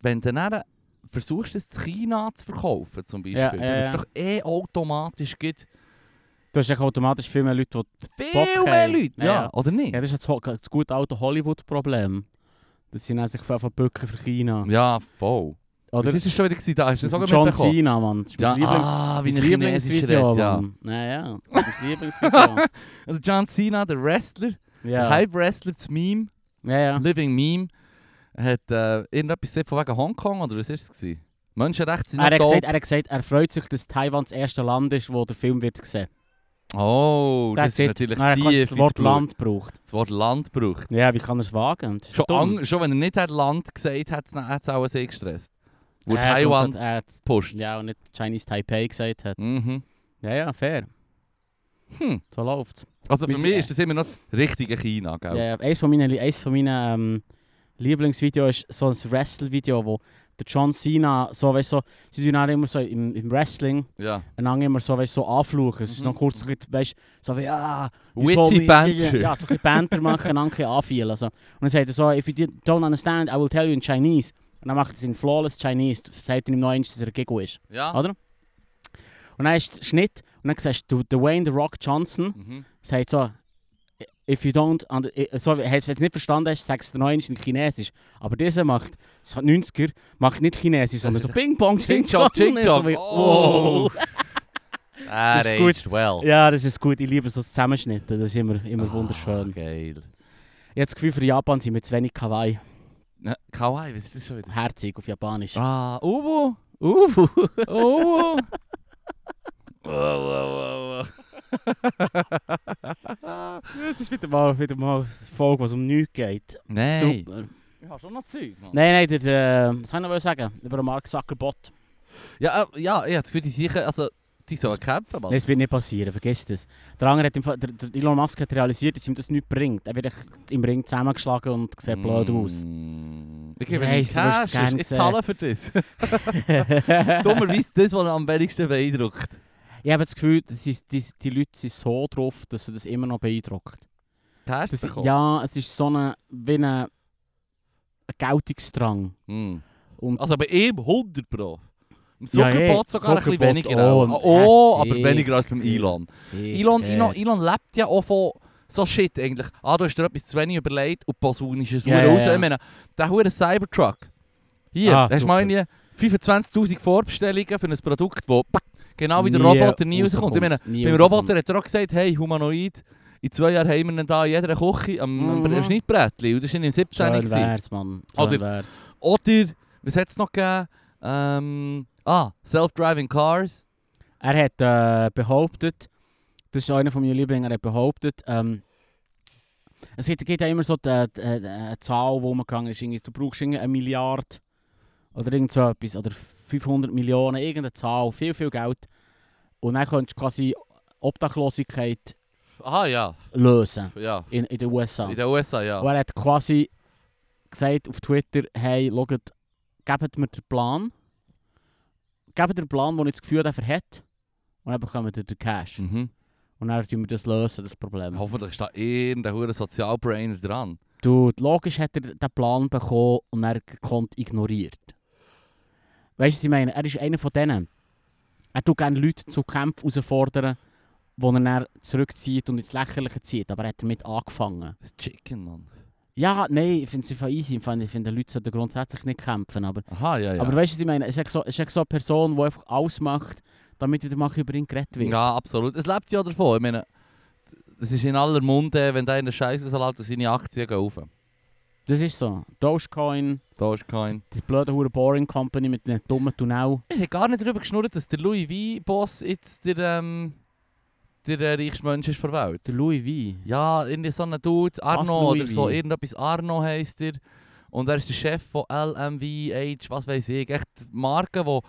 Speaker 1: wenn du dann versuchst, es in China zu verkaufen, zum Beispiel,
Speaker 2: Ja,
Speaker 1: dann
Speaker 2: ja,
Speaker 1: wird
Speaker 2: ja.
Speaker 1: es doch eh automatisch gibt
Speaker 2: Du hast echt dus automatisch viel mehr Leute, die...
Speaker 1: Viel
Speaker 2: Bock
Speaker 1: mehr
Speaker 2: haben.
Speaker 1: Leute, ja,
Speaker 2: Ja.
Speaker 1: oder nicht?
Speaker 2: Ja, das ist jetzt ho- das gute alte Hollywood-Problem. Dass sie dann sich von Böcken für China...
Speaker 1: Ja, voll.
Speaker 2: Oder
Speaker 1: Was ist das schon wieder? gewesen? Da hast du das auch
Speaker 2: John
Speaker 1: mitbekommen?
Speaker 2: Cena, Mann. Das ist
Speaker 1: Ja,
Speaker 2: mein Lieblings...
Speaker 1: ah, wie
Speaker 2: mein
Speaker 1: ein chinesischer
Speaker 2: Lieblingsvideo,
Speaker 1: redet, ja.
Speaker 2: Mann. Ja, ja. Das ist mein Lieblingsvideo.
Speaker 1: Also John Cena, der Wrestler, der
Speaker 2: ja.
Speaker 1: Hype-Wrestler, das Meme,
Speaker 2: ja, ja.
Speaker 1: Living Meme, hat äh, irgendetwas gesagt von wegen Hongkong oder was war es? gewesen? Menschenrechte sind
Speaker 2: Er Ah, hat,
Speaker 1: nicht
Speaker 2: gesagt,
Speaker 1: tot.
Speaker 2: er hat gesagt, er freut sich, dass Taiwan das erste Land ist, wo der Film wird gesehen.
Speaker 1: Oh, das
Speaker 2: That's
Speaker 1: ist
Speaker 2: it.
Speaker 1: natürlich
Speaker 2: er hat quasi
Speaker 1: tief
Speaker 2: das Wort
Speaker 1: ins Blut.
Speaker 2: Land gebraucht.
Speaker 1: Das Wort Land braucht.
Speaker 2: Ja, wie kann er es wagen? Das ist
Speaker 1: Schon,
Speaker 2: dumm.
Speaker 1: ang- schon wenn er nicht hat Land gesagt hat, hat es auch sehr gestresst. Wo
Speaker 2: Er hat
Speaker 1: Taiwan
Speaker 2: uns- er hat-
Speaker 1: pusht.
Speaker 2: Ja, und nicht Chinese Taipei gesagt hat.
Speaker 1: Mhm.
Speaker 2: Ja, ja, fair.
Speaker 1: Hm.
Speaker 2: So läuft's.
Speaker 1: Also
Speaker 2: Wir
Speaker 1: für
Speaker 2: sind-
Speaker 1: mich ist das immer noch das richtige China, gell?
Speaker 2: Ja, eins von meinen, eins von meinen ähm, Lieblingsvideos ist so ein Wrestle-Video, wo der John Cena so, weißt du, so, sie tun auch immer so im, im Wrestling
Speaker 1: Ja.
Speaker 2: einander immer so, weißt du, so anfluchen. Es ist
Speaker 1: Mhm.
Speaker 2: noch kurz, so ein bisschen, weißt du, so wie, ah, You told
Speaker 1: Witty
Speaker 2: me-
Speaker 1: Banter.
Speaker 2: Ja, so ein bisschen Banter machen, dann ein bisschen anfühlen. So. Und dann sagt er so, if you di- don't understand, I will tell you in Chinese. Und dann macht er es in flawless Chinese, sagt er ihm noch eins, dass er ein Giggle ist.
Speaker 1: Ja.
Speaker 2: Oder? Und dann ist der Schnitt und dann siehst du Dwayne The Rock Johnson,
Speaker 1: Mhm.
Speaker 2: sagt so, if you don't, under, i- so, wenn du es nicht verstanden hast, sagst du noch eins in Chinesisch. Aber dieser macht, das hat 90er, macht nicht Chinesisch, sondern so Ping Pong, Ching Chong.
Speaker 1: Ching-chong, Ching-chong.
Speaker 2: So wie,
Speaker 1: Oh.
Speaker 2: wow.
Speaker 1: Ah,
Speaker 2: ist gut.
Speaker 1: aged well.
Speaker 2: Ja, das ist gut, ich liebe so Zusammenschnitte, das ist immer, immer wunderschön.
Speaker 1: Ah, geil.
Speaker 2: Ich habe das Gefühl, für Japan sind wir zu wenig Kawaii.
Speaker 1: Na, Kawaii, was ist das schon wieder?
Speaker 2: Herzig auf Japanisch. Oh.
Speaker 1: Ah, Ubu.
Speaker 2: Uhu.
Speaker 1: Ubu. wow, wow, wow, wow.
Speaker 2: Das ist wieder mal, wieder mal eine Folge, was um nichts geht.
Speaker 1: Nein.
Speaker 2: Super.
Speaker 1: Ich hab schon noch Zeug, Mann.
Speaker 2: Nein, nein, der, äh, was kann ich noch sagen? Über den Mark Zuckerbot.
Speaker 1: Ja, äh, ja, ich hab das Gefühl, die sicher, also, die sollen kämpfen, Mann.
Speaker 2: Nein, das wird nicht passieren, vergiss das. Der andere hat im Fall, der, der Elon Musk hat realisiert, dass ihm das nichts bringt. Er wird echt im Ring zusammengeschlagen und sieht blöd aus.
Speaker 1: Mm. Ich gebe ihm
Speaker 2: Weiss, du
Speaker 1: Cash,
Speaker 2: wirst es gern
Speaker 1: ich zahle für das. Dummerweise das, was er am wenigsten beeindruckt.
Speaker 2: ich habe das Gefühl, das ist, die, die Leute sind so drauf, dass sie das immer noch beeindruckt.
Speaker 1: Cash
Speaker 2: Das,
Speaker 1: bekommen.
Speaker 2: Dus ja, es ist so eine, wie ein ein Geltungsdrang.
Speaker 1: Mm.
Speaker 2: Und
Speaker 1: Also bei ihm 100 Pro. Im
Speaker 2: Ja, hey,
Speaker 1: Zuckerbot sogar ein bisschen
Speaker 2: Zuckerbrot,
Speaker 1: weniger.
Speaker 2: oh,
Speaker 1: Oh, oh,
Speaker 2: ja,
Speaker 1: aber weniger als beim
Speaker 2: sicher.
Speaker 1: Elon.
Speaker 2: Sicher.
Speaker 1: Elon, Elon. Elon lebt ja auch von so Shit eigentlich. Ah, du hast dir etwas zu wenig überlegt und posaunisch ist es
Speaker 2: Ja,
Speaker 1: yeah,
Speaker 2: ja,
Speaker 1: raus.
Speaker 2: ja.
Speaker 1: Ich meine, der hure Cybertruck. Hier,
Speaker 2: Ah,
Speaker 1: hast du mal
Speaker 2: super.
Speaker 1: irgendwie 25'000 Vorbestellungen für ein Produkt, wo pff, genau wie der Roboter nie rauskommt. Ich meine, beim Roboter hat er auch gesagt, hey, humanoid, in zwei Jahren haben wir ihn da in jeder Küche am, am
Speaker 2: Mhm.
Speaker 1: Schnittbrettchen. Und das war in 17
Speaker 2: Schön
Speaker 1: gewesen.
Speaker 2: wär's, Mann. Schön
Speaker 1: Oder-
Speaker 2: wär's.
Speaker 1: Oder, was hat es noch gegeben? Ähm, ah, Self-Driving Cars.
Speaker 2: Er hat äh, behauptet, das ist einer von meinen Lieblingen, er hat behauptet, ähm, es gibt, gibt ja immer so die, die, äh, die, die Zahl, wo man kann, ist irgendwie, du brauchst irgendwie eine Milliarde oder irgend so etwas, oder 500 Millionen, irgendeine Zahl, viel, viel Geld. Und dann könntest du quasi Obdachlosigkeit
Speaker 1: Aha, Ah, ja,
Speaker 2: lösen
Speaker 1: ja.
Speaker 2: in, in den USA.
Speaker 1: In den USA, ja.
Speaker 2: Und er hat quasi gesagt auf Twitter, hey, schaut, gebt mir den Plan. Gebt den Plan, den ich das Gefühl dafür hat. Und dann bekommt ihr den Cash.
Speaker 1: Mhm.
Speaker 2: Und dann tun wir das lösen, das Problem.
Speaker 1: Hoffentlich ist da irgendein hure Sozialbrainer dran.
Speaker 2: Du, logisch hat er den Plan bekommen und er gekonnt ignoriert. Weißt du, was ich meine? Er ist einer von denen. Er tut gerne Leute zu Kämpfen herausfordern, die er dann zurückzieht und ins Lächerliche zieht. Aber er hat damit angefangen.
Speaker 1: Das Chicken, Mann.
Speaker 2: Ja, nein, ich finde es einfach easy. Ich finde, ich finde, Leute sollten grundsätzlich nicht kämpfen. Aber
Speaker 1: Aha, ja, ja.
Speaker 2: Aber weißt du, was ich meine? Es ist echt so, es ist echt so eine Person, die einfach alles macht, damit wieder mal über ihn geredet wird.
Speaker 1: ja, absolut. Es lebt ja davon. Ich meine, es ist in aller Munde, wenn der einen Scheiß rauslässt und seine Aktien gehen rauf.
Speaker 2: Das ist so. Dogecoin,
Speaker 1: Da ist kein...
Speaker 2: die blöde Hure Boring Company mit einem dummen Tunnel.
Speaker 1: Ich habe gar nicht darüber geschnurrt, dass der Louis V-Boss jetzt der, ähm, der äh, reichste Mensch ist der Welt.
Speaker 2: Der Louis V.
Speaker 1: Ja, irgendwie so ein Dude, Arno
Speaker 2: Louis
Speaker 1: oder so,
Speaker 2: V?
Speaker 1: irgendetwas Arno heisst er. Und er ist der Chef von LMVH, was weiß ich, echt Marken, wo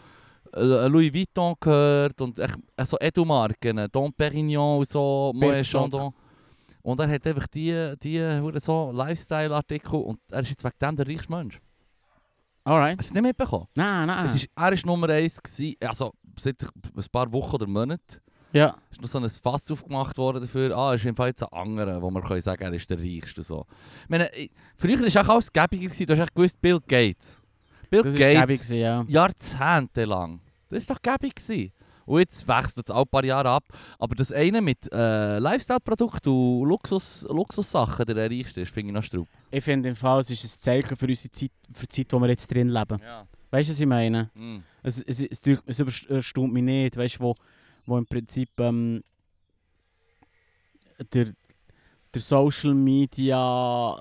Speaker 1: äh, Louis Vuitton gehört und echt, äh, so Edu-Marken, äh, Dom Perignon und so, Moët
Speaker 2: Birkenstock.
Speaker 1: Chandon. Und er hat einfach die, die hure so Lifestyle-Artikel und er ist jetzt wegen dem der reichste Mensch.
Speaker 2: Alright.
Speaker 1: Hast du es nicht mitbekommen?
Speaker 2: Nein, nein.
Speaker 1: Es ist, er war Nummer 1, also seit ein paar Wochen oder Monaten.
Speaker 2: ja.
Speaker 1: ist noch so ein Fass aufgemacht worden dafür, ah, ist im Fall jetzt ein anderer, wo man kann sagen er ist der Reichste. und So. Ich meine, ich- früher war es auch alles gäbiger, gewesen. du hast echt gewusst, Bill Gates. Bill
Speaker 2: Das war
Speaker 1: Gates,
Speaker 2: gäbig, ja.
Speaker 1: jahrzehntelang. Das war doch gäbig. Gewesen. Und jetzt wechselt es alle paar Jahre ab. Aber das eine mit äh, Lifestyle-Produkten und Luxus, Luxussachen, der der reichste ist, finde ich noch straub.
Speaker 2: Ich finde im Fall, es ist ein Zeichen für unsere Zeit, für die Zeit, in wir jetzt drin leben.
Speaker 1: Ja.
Speaker 2: Weißt du, was ich meine?
Speaker 1: Mm.
Speaker 2: Es, es, es, dünkt- es überstimmt mich nicht, weißt du, wo, wo im Prinzip ähm, der, der Social Media,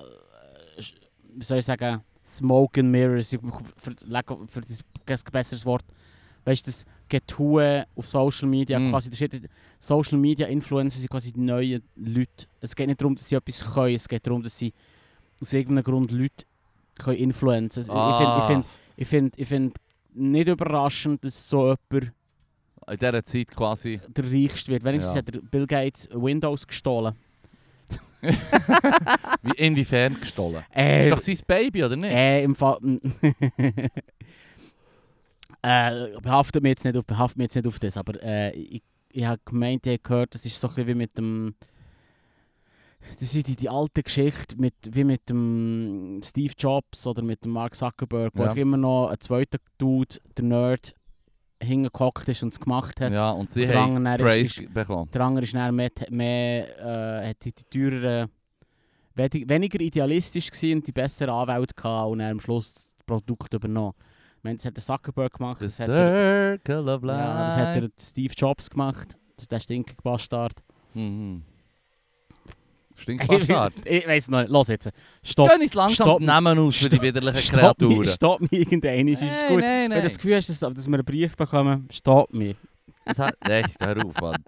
Speaker 2: äh, sch- wie soll ich sagen, Smoke and Mirrors, ich verlege für das ein besseres Wort, weißt du, das Getue auf Social Media,
Speaker 1: Mm.
Speaker 2: quasi, das steht, Social Media Influencer sind quasi die neuen Leute. Es geht nicht darum, dass sie etwas können, es geht darum, dass sie aus irgendeinem Grund Leute können influenzen können. Ich
Speaker 1: Ah.
Speaker 2: finde, ich finde, ich finde nicht überraschend, dass so jemand
Speaker 1: In dieser Zeit quasi.
Speaker 2: der reichste wird. Wenigstens
Speaker 1: Ja.
Speaker 2: hat der Bill Gates Windows gestohlen.
Speaker 1: Wie inwiefern gestohlen?
Speaker 2: Äh,
Speaker 1: Ist doch sein Baby, oder nicht?
Speaker 2: äh im Fall. äh, behaftet mich jetzt nicht auf, behaftet mich jetzt nicht auf das, aber äh, ich, ich habe gemeint, ich habe gehört, das ist so ein bisschen wie mit dem. Das ist die, die alte Geschichte mit, wie mit dem Steve Jobs oder mit dem Mark Zuckerberg, wo
Speaker 1: Ja.
Speaker 2: auch immer noch ein zweiter Dude, der Nerd, hingekockt ist und es gemacht hat.
Speaker 1: Ja, und sie
Speaker 2: Der
Speaker 1: haben
Speaker 2: andere ist- ist-
Speaker 1: Praise bekommen.
Speaker 2: Der andere ist dann mehr, mehr äh, hat die teureren, wedi- weniger idealistisch gewesen und die besseren Anwälte gehabt und dann am Schluss das Produkt übernommen. Ich meine, das hat der Zuckerberg gemacht,
Speaker 1: The
Speaker 2: das hat, der,
Speaker 1: Circle of Life.
Speaker 2: ja, das hat der Steve Jobs gemacht, Das ist der stinkige Bastard.
Speaker 1: Mhm. Stinkt Bastard.
Speaker 2: ich weiß noch nicht, los jetzt. Stopp,
Speaker 1: Gehen uns langsam
Speaker 2: Stopp.
Speaker 1: die Namen aus für die widerlichen
Speaker 2: stopp mich,
Speaker 1: Kreaturen.
Speaker 2: stopp mich irgendein, ist es
Speaker 1: Nein, nein,
Speaker 2: gut. Wenn du
Speaker 1: nein.
Speaker 2: das Gefühl hast, dass, dass wir einen Brief bekommen, stopp mich.
Speaker 1: Das hat, nein, hör auf, Mann.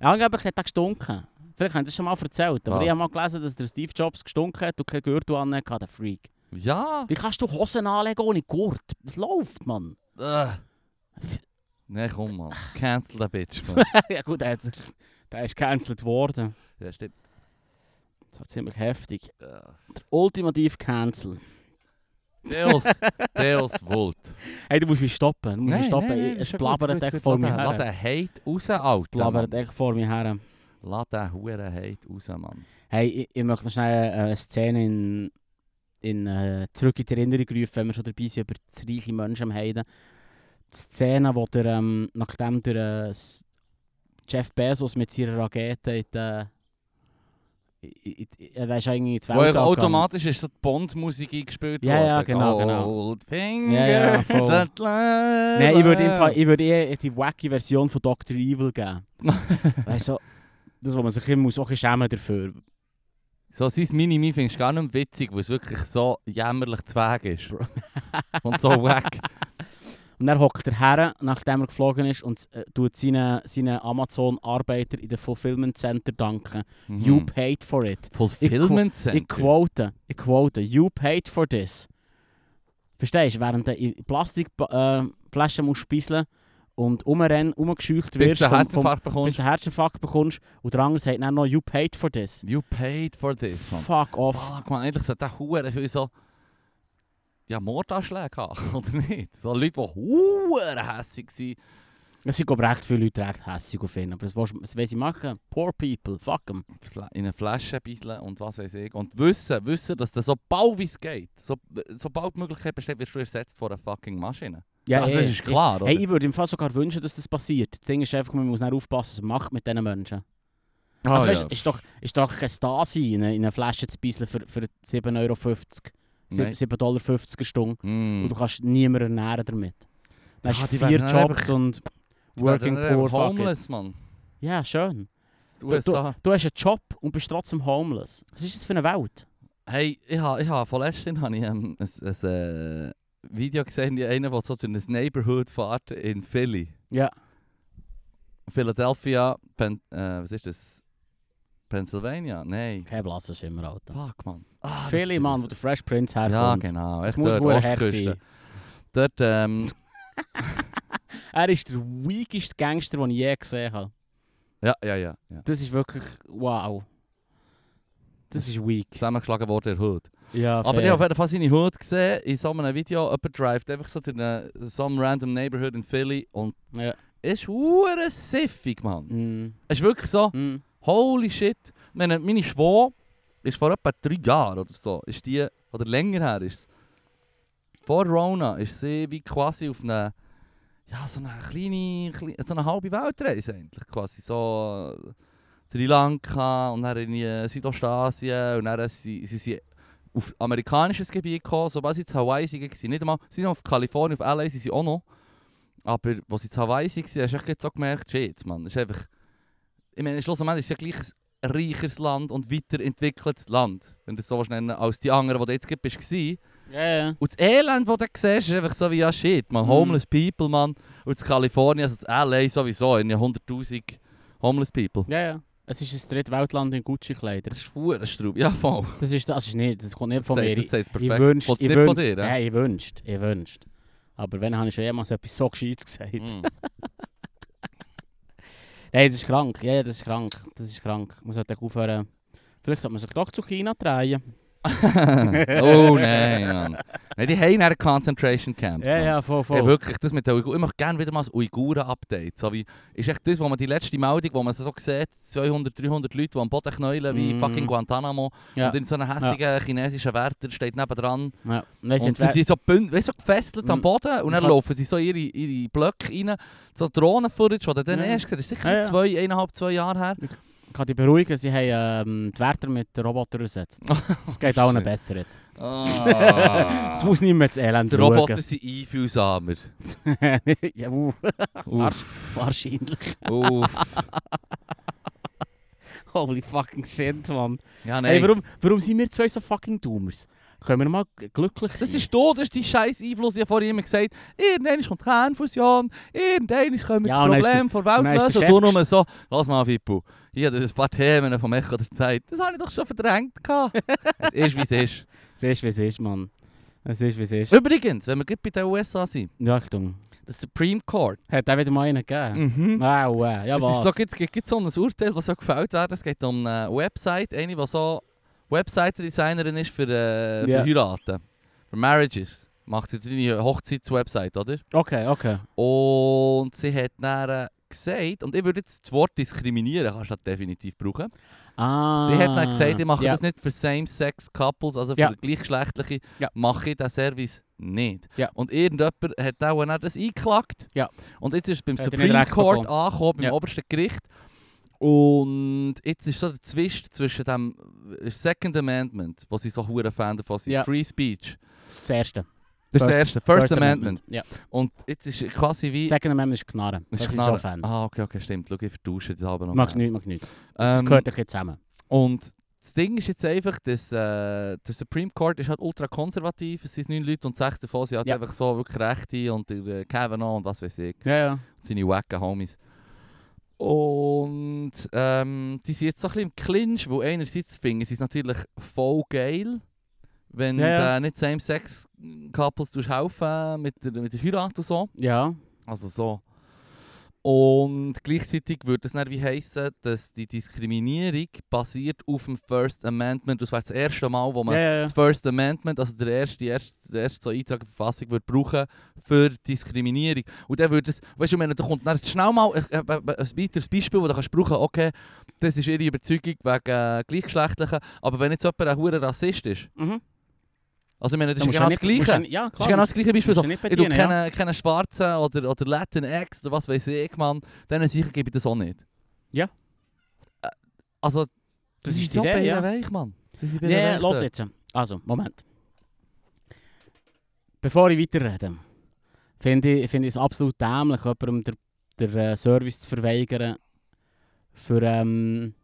Speaker 2: Ja, angeblich hat er gestunken. Vielleicht haben sie es schon mal erzählt, aber
Speaker 1: Was?
Speaker 2: ich habe mal gelesen, dass der Steve Jobs gestunken hat und keinen Gürtel anhatte, der Freak.
Speaker 1: Ja.
Speaker 2: Wie kannst du Hosen anlegen ohne Gurt? Es läuft, Mann.
Speaker 1: Äh. Nein, komm mal. Cancel den Bitch, Mann.
Speaker 2: ja gut, der, hat sich- der ist gecancelt worden.
Speaker 1: Ja, eh, stimmt.
Speaker 2: Das war ziemlich heftig.
Speaker 1: Ja.
Speaker 2: Der ultimativ Cancel.
Speaker 1: Deus, Deus Vult.
Speaker 2: Hey, du musst mich stoppen. Du musst mich stoppen. es blabbert echt vor mir
Speaker 1: Lass
Speaker 2: her.
Speaker 1: den Hate raus,
Speaker 2: Es
Speaker 1: Alter.
Speaker 2: blabbert
Speaker 1: Mann.
Speaker 2: echt vor mir her.
Speaker 1: Lass den Huren Hate raus, Mann.
Speaker 2: Hey, ich, ich möchte noch schnell äh, eine Szene in, in, äh, zurück in die Erinnerung rufen, wenn wir schon dabei sind, über das reiche Menschen am Heiden. Die Szene, wo der, ähm, nachdem der äh, S- Jeff Bezos mit seiner Rakete in den... in- in- Er ist irgendwie ins
Speaker 1: Wo
Speaker 2: Weltall
Speaker 1: er
Speaker 2: gegangen.
Speaker 1: automatisch ist so die Bond-Musik eingespielt
Speaker 2: Ja, ja,
Speaker 1: worden.
Speaker 2: genau, genau.
Speaker 1: Goldfinger.
Speaker 2: nou. Ja, ja, voll.
Speaker 1: Nein,
Speaker 2: Nein, ich
Speaker 1: Eh.
Speaker 2: würde, im Fall, ich würde eher die wacky Version von Dr. Evil geben. weißt du, das, wo man sich immer muss, auch ein bisschen schämen dafür.
Speaker 1: So sein Mini-Mi findest du gar nicht mehr witzig, weil es wirklich so jämmerlich zweig ist.
Speaker 2: Bro.
Speaker 1: Und so wack.
Speaker 2: Und dann hockt er her, nachdem er geflogen ist, und äh, tut seinen, seinen Amazon-Arbeiter in den Fulfillment Center danken.
Speaker 1: Mhm.
Speaker 2: You paid for it.
Speaker 1: Fulfillment Center.
Speaker 2: Ich quote, ich quote, you paid for this. Verstehst du, während du in Plastikflaschen äh, Flaschen musst spieseln und umrennen, umgescheucht
Speaker 1: Bis
Speaker 2: wirst,
Speaker 1: du einen
Speaker 2: vom- vom-
Speaker 1: Herzinfarkt
Speaker 2: bis
Speaker 1: bekommst.
Speaker 2: du einen Herzinfarkt bekommst, und der andere sagt dann noch, you paid for this.
Speaker 1: You paid for this, man.
Speaker 2: Fuck off.
Speaker 1: Fuck, man. Eigentlich sollte der Huren viel so... Ja, Mordanschläge haben, oder nicht? So Leute, die Huren hässig sind.
Speaker 2: Es sind glaub ich, recht viele Leute recht hässig auf ihn, aber das, willst- das will sie machen. Poor people, fuck 'em.
Speaker 1: Fla- in eine Flasche bisschen und was weiß ich. Und wissen, wissen, dass das so bald wie es geht, so, sobald die Möglichkeit besteht, wirst du ersetzt von einer fucking Maschine.
Speaker 2: Ja,
Speaker 1: also, das
Speaker 2: eh,
Speaker 1: ist
Speaker 2: eh.
Speaker 1: klar, oder?
Speaker 2: Hey, ich würde im Fall sogar wünschen, dass das passiert. Das Ding ist einfach, man muss nicht aufpassen, was man macht mit diesen Menschen.
Speaker 1: Ah,
Speaker 2: also,
Speaker 1: ja.
Speaker 2: weißt, ist doch, ist doch kein Stasi in eine, in eine Flasche zu beiseln für, für 7,50 Euro,
Speaker 1: Nein.
Speaker 2: 7,50 Dollar eine Stunde.
Speaker 1: Mm.
Speaker 2: Und du kannst niemanden ernähren damit. Dann
Speaker 1: Ja,
Speaker 2: hast du
Speaker 1: Ah, die
Speaker 2: vier
Speaker 1: werden dann
Speaker 2: Jobs und
Speaker 1: Die werden
Speaker 2: working
Speaker 1: dann
Speaker 2: poor
Speaker 1: einfach
Speaker 2: fucking.
Speaker 1: homeless, Mann.
Speaker 2: Ja, schön.
Speaker 1: Die USA.
Speaker 2: Du hast einen Job und bist trotzdem homeless. Was ist das für eine Welt?
Speaker 1: Hey, ich habe ich ha, vorletztens hab ich, ähm, ein, ein, äh, Video gesehen, die einer, der so durch ein Neighborhood fährt in Philly.
Speaker 2: Ja.
Speaker 1: Philadelphia, Pen äh, was ist das? Pennsylvania? Nein.
Speaker 2: Kein blasses Schimmer, Alter.
Speaker 1: Fuck, Mann. Ah, das
Speaker 2: Viele
Speaker 1: ist
Speaker 2: Mann,
Speaker 1: das-
Speaker 2: wo der Fresh Prince
Speaker 1: Ja,
Speaker 2: herkommt.
Speaker 1: genau.
Speaker 2: Es
Speaker 1: Echt eh,
Speaker 2: muss
Speaker 1: dort,
Speaker 2: gut Herz
Speaker 1: Ostküste.
Speaker 2: sein.
Speaker 1: Dort, ähm,
Speaker 2: Er ist der weakeste Gangster, den ich je gesehen habe.
Speaker 1: ja, ja, ja, ja.
Speaker 2: Das ist wirklich wow. Das ist weak.
Speaker 1: Zusammengeschlagen worden in der Hut.
Speaker 2: Ja,
Speaker 1: Aber ich habe auf jeden Fall seine Hut gesehen in so einem Video. Jemand drivet einfach so in eine, so einem random Neighborhood in Philly und
Speaker 2: Ja.
Speaker 1: ist hure siffig, Mann.
Speaker 2: Mm.
Speaker 1: Es ist wirklich so,
Speaker 2: Mm.
Speaker 1: holy shit. Meine, meine Schwau ist vor etwa drei Jahren oder so, ist die, oder länger her ist es. Vor Rona ist sie wie quasi auf eine ja, so eine kleine, kleine so eine halbe Weltreise eigentlich quasi. So äh, Sri Lanka und dann in äh, Südostasien und dann sie, sie sind auf amerikanisches Gebiet gekommen, sobald sie zu Hawaii waren, nicht einmal, sie sind auf Kalifornien, auf L.A. sind sie auch noch, aber als sie zu Hawaii waren, hast du echt jetzt so gemerkt, shit, man, das ist einfach, ich meine, schlussendlich ist es ja gleich ein reicheres Land und weiterentwickeltes Land, wenn du es so willst nennen als die anderen, die du jetzt gerade bist, warst.
Speaker 2: Ja, ja.
Speaker 1: Und das Elend, das du siehst, ist einfach so wie, ja shit, man,
Speaker 2: Mhm.
Speaker 1: homeless people, man. Und das Kalifornien, also das L.A. sowieso, in 100'000 homeless people.
Speaker 2: Ja, ja. Es ist ein Drittweltland in Dus Gucci-Kleider.
Speaker 1: Das ist Fuhrenstraub, ja voll.
Speaker 2: Das ist das ist nicht, das kommt nicht von
Speaker 1: das
Speaker 2: mir.
Speaker 1: sagt- das sagt es
Speaker 2: ich
Speaker 1: perfekt.
Speaker 2: wünscht,
Speaker 1: Wollt's
Speaker 2: ich
Speaker 1: nicht von
Speaker 2: wünscht-
Speaker 1: dir, ne?
Speaker 2: Nein, ich wünscht, ich wünscht. Aber wenn habe ich schon jemals etwas so Gescheites gesagt?
Speaker 1: Mm.
Speaker 2: Nein, das ist krank. Ja, ja, das ist krank. Das ist krank. Man sollte echt aufhören. Vielleicht sollte man sich doch zu China drehen.
Speaker 1: oh nein, Mann. Nein, die haben dann Concentration Camps,
Speaker 2: Ja,
Speaker 1: Mann.
Speaker 2: ja, voll, voll.
Speaker 1: Ja, wirklich, das mit den Uiguren. Ich möchte gerne wieder mal ein Uiguren-Update. So wie, ist echt das, wo man die letzte Meldung, wo man so sieht, 200, 300 Leute, die am Boden knäulen, wie
Speaker 2: Mhm.
Speaker 1: fucking Guantanamo.
Speaker 2: Ja.
Speaker 1: Und in so einem hässigen chinesischen Wärter steht nebendran,
Speaker 2: ja. Und weisst du,
Speaker 1: Und
Speaker 2: wer-
Speaker 1: sie sind so, bünd, weißt, so gefesselt am
Speaker 2: Mm.
Speaker 1: Boden und dann
Speaker 2: Ich hab-
Speaker 1: laufen sie so ihre, ihre Blöcke rein. So Drohnen-Footage, die du dann
Speaker 2: Ja.
Speaker 1: erst gesehen hast. Das ist sicher
Speaker 2: Ja, ja.
Speaker 1: zwei, eineinhalb, zwei Jahre her.
Speaker 2: Ich kann dich beruhigen, sie haben ähm, die Wärter mit den Robotern ersetzt. Es geht allen
Speaker 1: Oh, Shit.
Speaker 2: besser jetzt. Es
Speaker 1: Ah.
Speaker 2: muss nicht mehr das Elend
Speaker 1: Die Roboter sind einfühlsamer.
Speaker 2: schauen. ja, uh,
Speaker 1: Uff.
Speaker 2: wahrscheinlich.
Speaker 1: Uff.
Speaker 2: Holy fucking shit, Mann.
Speaker 1: Ja, nein.
Speaker 2: Hey, warum, warum sind wir zwei so fucking Doomers? Können wir mal g- glücklich sein?
Speaker 1: Das ist tot, das ist die scheiß Einfluss. Ich habe vorhin immer gesagt, irgendwann kommt die Kernfusion, irgendwann können wir
Speaker 2: Ja, und
Speaker 1: das
Speaker 2: dann
Speaker 1: Problem
Speaker 2: ist
Speaker 1: vor der
Speaker 2: und
Speaker 1: Welt
Speaker 2: dann ist
Speaker 1: lösen.
Speaker 2: der
Speaker 1: Und du
Speaker 2: Chef
Speaker 1: nur so, lass mal, Fippo, hier hat ein paar Themen vom Echo der Zeit. Das habe ich doch schon verdrängt. gehabt.» es ist, wie es ist.
Speaker 2: Es ist, wie es ist, Mann. Es ist, wie es ist.
Speaker 1: Übrigens, wenn wir gerade bei den USA sind,
Speaker 2: Achtung.
Speaker 1: der Supreme Court.
Speaker 2: Hat auch wieder mal einen gegeben?
Speaker 1: Mhm.
Speaker 2: Wow, wow. Mm. Ah, Ja,
Speaker 1: es ist
Speaker 2: was?
Speaker 1: so, gibt, gibt, gibt so ein Urteil, das so gefällt wird. Es geht um eine Website, eine, die so Website-Designerin ist für, äh,
Speaker 2: Ja.
Speaker 1: für Heiraten. Für Marriages. Macht sie deine Hochzeitswebsite, oder?
Speaker 2: Okay, okay.
Speaker 1: Und sie hat dann äh, gesagt, und ich würde jetzt das Wort diskriminieren, kannst du das definitiv brauchen.
Speaker 2: Ah.
Speaker 1: Sie hat dann gesagt, ich mache
Speaker 2: ja.
Speaker 1: das nicht für Same-Sex-Couples, also für
Speaker 2: Ja.
Speaker 1: gleichgeschlechtliche,
Speaker 2: Ja.
Speaker 1: mache ich diesen Service nicht.
Speaker 2: Ja.
Speaker 1: Und irgendjemand hat auch dann das eingeklagt.
Speaker 2: Ja.
Speaker 1: Und jetzt ist es beim
Speaker 2: Hat er nicht
Speaker 1: Supreme
Speaker 2: recht
Speaker 1: Court
Speaker 2: bekommen.
Speaker 1: angekommen, beim
Speaker 2: Ja.
Speaker 1: obersten Gericht. Und jetzt ist so der Zwist zwischen dem äh, Second Amendment, wo sie so hure Fan davon sind,
Speaker 2: Ja.
Speaker 1: Free Speech.
Speaker 2: Das erste.
Speaker 1: Das ist
Speaker 2: First-
Speaker 1: der erste, First, Amendment.
Speaker 2: Amendment. Ja.
Speaker 1: Und jetzt ist quasi wie...
Speaker 2: Second Amendment ist Knarren. Das ist so
Speaker 1: Knarren.
Speaker 2: Fan.
Speaker 1: Ah, okay, okay, stimmt. Schau, ich vertausche das aber noch.
Speaker 2: Macht nichts, macht nichts. Das
Speaker 1: Ähm,
Speaker 2: gehört ein bisschen zusammen.
Speaker 1: Und das Ding ist jetzt einfach, dass äh, der Supreme Court ist halt ultra konservativ. Es sind neun Leute und sechs davon sind halt
Speaker 2: Ja.
Speaker 1: einfach so wirklich Rechte und der äh, Kavanaugh und was weiß ich.
Speaker 2: Ja, ja.
Speaker 1: Seine wacken Homies. Und ähm, die sind jetzt so ein bisschen im Clinch, wo einerseits finden sie es natürlich voll geil, wenn
Speaker 2: Ja, ja.
Speaker 1: du äh, nicht Same-Sex-Couples tust helfen mit der, mit der Heirat und so.
Speaker 2: Ja.
Speaker 1: Also so. Und gleichzeitig würde es dann wie heissen, dass die Diskriminierung basiert auf dem First Amendment. Das wäre das erste Mal, wo man
Speaker 2: Ja, ja, ja.
Speaker 1: das First Amendment, also der erste, die erste, der erste so Eintrag in die Verfassung, würde brauchen für Diskriminierung. Und dann würde es, weißt du, wenn da kommt dann schnell mal ein, ein, ein ein weiteres Beispiel, das du kannst brauchen okay, das ist ihre Überzeugung wegen äh, Gleichgeschlechtlichen, aber wenn jetzt jemand ein hoher Rassist ist,
Speaker 2: Mhm.
Speaker 1: also ich meine, das
Speaker 2: Dann
Speaker 1: ist
Speaker 2: musst
Speaker 1: ja genau das
Speaker 2: du nicht- musst du
Speaker 1: Gleiche.
Speaker 2: nicht- Ja,
Speaker 1: Das ist
Speaker 2: klar.
Speaker 1: genau das gleiche Beispiel.
Speaker 2: musst
Speaker 1: So,
Speaker 2: du nicht
Speaker 1: ich tue
Speaker 2: bedienen, ja.
Speaker 1: keinen, keinen schwarzen oder, oder eh, Latin Ex oder was weiß ich, Mann. Denen sicher gebe ich das auch nicht.
Speaker 2: Ja.
Speaker 1: Äh, Also, das,
Speaker 2: Das
Speaker 1: ist
Speaker 2: ist die
Speaker 1: so
Speaker 2: Idee,
Speaker 1: bei
Speaker 2: ja.
Speaker 1: Weg, Mann. Das ist bei
Speaker 2: Nee,
Speaker 1: Weg eh.
Speaker 2: los
Speaker 1: dort.
Speaker 2: jetzt. Also, Moment. Bevor ich weiterrede, finde ich, finde ich es absolut dämlich, jemandem der, der äh, Service zu verweigern, für, ähm,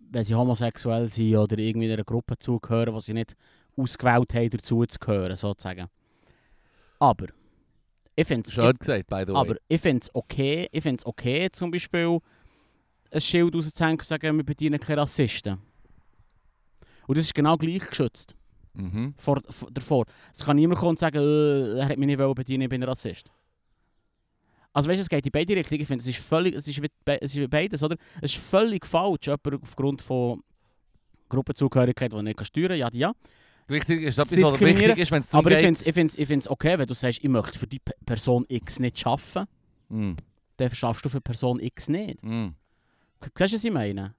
Speaker 2: wenn sie homosexuell sind oder irgendwie einer Gruppe zugehören, die sie nicht ausgewählt haben, dazuzugehören, sozusagen. Aber, ich finde es...
Speaker 1: Schön gesagt, by the way.
Speaker 2: Aber ich finde es okay, ich find's okay, zum Beispiel ein Schild rauszuhängen und zu sagen, wir bedienen keine Rassisten. Und das ist genau gleich geschützt
Speaker 1: mhm.
Speaker 2: vor, vor, davor. Es kann niemand kommen und sagen, äh, er hat mich nicht wollen bedienen, ich bin ein Rassist. Also weißt du, es geht in beide Richtungen. Ich finde, es ist völlig, es ist, wie, be- es ist wie beides, oder? Es ist völlig falsch, jemanden aufgrund von Gruppenzugehörigkeit, die er nicht kann steuern kann, ja, ja.
Speaker 1: Richtig ist etwas,
Speaker 2: Das
Speaker 1: was wichtig
Speaker 2: Diskriminieren-
Speaker 1: ist, wenn es darum
Speaker 2: Aber ich
Speaker 1: geht.
Speaker 2: finde es ich find's, ich find's okay, wenn du sagst, ich möchte für die P- Person X nicht arbeiten,
Speaker 1: Mm,
Speaker 2: dann schaffst du für Person X nicht.
Speaker 1: mm.
Speaker 2: Siehst du, was ich meine?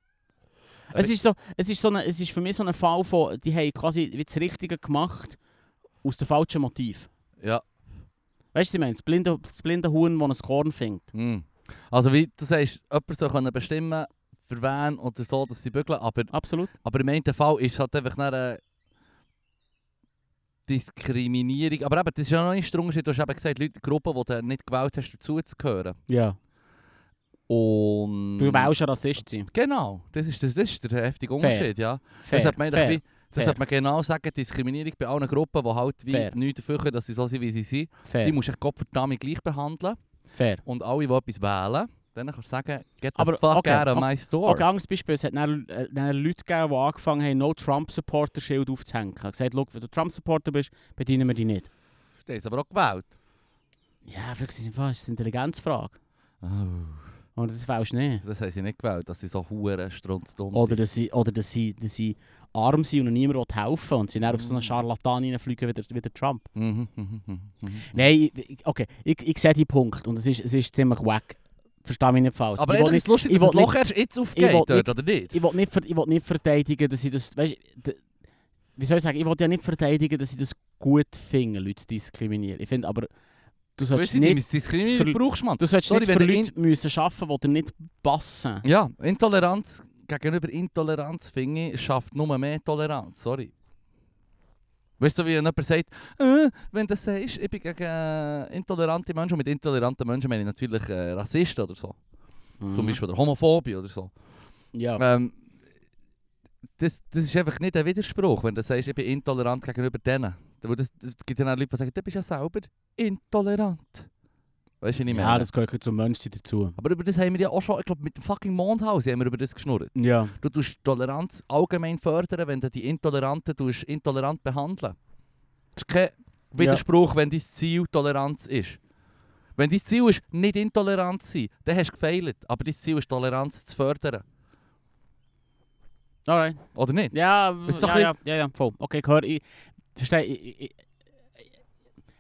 Speaker 1: Äh,
Speaker 2: Es ist, so, es, ist so eine, es ist für mich so ein Fall von, die haben quasi wie das Richtige gemacht, aus dem falschen Motiv.
Speaker 1: Ja.
Speaker 2: Weißt du, was ich meine? Das blinde, das blinde Huhn, das ein Korn findet.
Speaker 1: Hm. Also wie du sagst, jemand soll können bestimmen für wen oder so, dass sie bügeln, aber,
Speaker 2: Absolut.
Speaker 1: aber im einen Fall ist es halt einfach dann eine Diskriminierung. Aber eben, das ist ja noch nicht der Unterschied. Du hast eben gesagt, Leute, Gruppen, die du nicht gewählt hast, dazuzugehören.
Speaker 2: Ja.
Speaker 1: Und...
Speaker 2: Du willst ein Rassist sein.
Speaker 1: Genau, das ist, das ist der heftige
Speaker 2: Fair.
Speaker 1: Unterschied, ja.
Speaker 2: Fair.
Speaker 1: das hat man,
Speaker 2: fair.
Speaker 1: eigentlich wie, das
Speaker 2: fair.
Speaker 1: hat man genau sagen, Diskriminierung bei allen Gruppen, die halt wie
Speaker 2: Fair.
Speaker 1: nichts dafür können, dass sie so sind, wie sie sind.
Speaker 2: fair.
Speaker 1: Die musst du echt Gottverdammt gleich behandeln.
Speaker 2: fair.
Speaker 1: Und alle, die etwas wählen, dann kannst du sagen, get the
Speaker 2: Aber,
Speaker 1: fuck
Speaker 2: okay,
Speaker 1: out of
Speaker 2: ok-
Speaker 1: my store.
Speaker 2: Auch ein anderes Beispiel, es hat dann, äh, dann Leute gegeben, die angefangen haben, No-Trump-Supporter-Schild aufzuhängen. Ich habe gesagt, «Schau, wenn du Trump-Supporter bist, bedienen wir dich nicht.
Speaker 1: Die haben es aber auch gewählt.
Speaker 2: Ja, vielleicht ist es einfach ist es eine Intelligenzfrage. Oh. Und das wählst du nicht.
Speaker 1: Das haben sie nicht gewählt, dass sie so hure strunzdumm sind.
Speaker 2: Oder dass sie, oder dass sie, dass sie arm sind und ihnen niemand will helfen will und sie dann auf so einen
Speaker 1: Mm.
Speaker 2: Scharlatan reinfliegen wie der, wie der Trump.
Speaker 1: Mhm, mhm, mhm, mhm.
Speaker 2: Nein, ich- ich- okay, ich, ich sehe die Punkt und es ist, es ist ziemlich wack. Verstehe mich nicht falsch.
Speaker 1: Aber
Speaker 2: ich will
Speaker 1: eigentlich
Speaker 2: nicht,
Speaker 1: ist es lustig,
Speaker 2: ich
Speaker 1: dass das
Speaker 2: will
Speaker 1: Loch erst jetzt aufgeht,
Speaker 2: will
Speaker 1: dort,
Speaker 2: nicht-
Speaker 1: oder nicht?
Speaker 2: ich will nicht, ver- ich will nicht verteidigen, dass ich das, weißt, wie soll ich sagen, ich will ja nicht verteidigen, dass ich das gut finde, Leute zu diskriminieren. Ich finde aber, du solltest
Speaker 1: Weißt du,
Speaker 2: nicht,
Speaker 1: nicht, Diskriminierung
Speaker 2: für-
Speaker 1: brauchst du, Mann.
Speaker 2: du solltest
Speaker 1: Sorry,
Speaker 2: nicht
Speaker 1: wenn
Speaker 2: für
Speaker 1: der
Speaker 2: Leute müssen arbeiten, die dir nicht passen.
Speaker 1: Ja, Intoleranz gegenüber Intoleranz, finde ich, schafft nur mehr Toleranz, sorry. Weißt du, wie jemand sagt, äh, wenn du sagst, ich bin gegen äh, intolerante Menschen, und mit intoleranten Menschen meine ich natürlich äh, Rassisten oder so, zum
Speaker 2: Mhm.
Speaker 1: Beispiel oder Homophobie oder so.
Speaker 2: Ja.
Speaker 1: Ähm, das, das ist einfach nicht ein Widerspruch, wenn du sagst, ich bin intolerant gegenüber denen. Da- weil Das, das gibt ja auch Leute, die sagen, du bist ja selber intolerant. Weißt du, was ich meine?
Speaker 2: ja, das gehört zum Menschsein dazu.
Speaker 1: Aber über das haben wir ja auch schon, ich glaube, mit dem fucking Mondhaus haben wir über das geschnurrt.
Speaker 2: Ja.
Speaker 1: Du tust Toleranz allgemein fördern, wenn du die Intoleranten tust, intolerant behandeln. Das ist kein Widerspruch, wenn dein Ziel Toleranz ist. Wenn dein Ziel ist, nicht intolerant zu sein, dann hast du gefailt. Aber dein Ziel ist, Toleranz zu fördern.
Speaker 2: Alright.
Speaker 1: Oder nicht?
Speaker 2: Ja,
Speaker 1: Ist doch
Speaker 2: ja,
Speaker 1: ein-
Speaker 2: ja, ja, ja, voll. Okay, ich höre, ich verstehe, ich, ich, ich,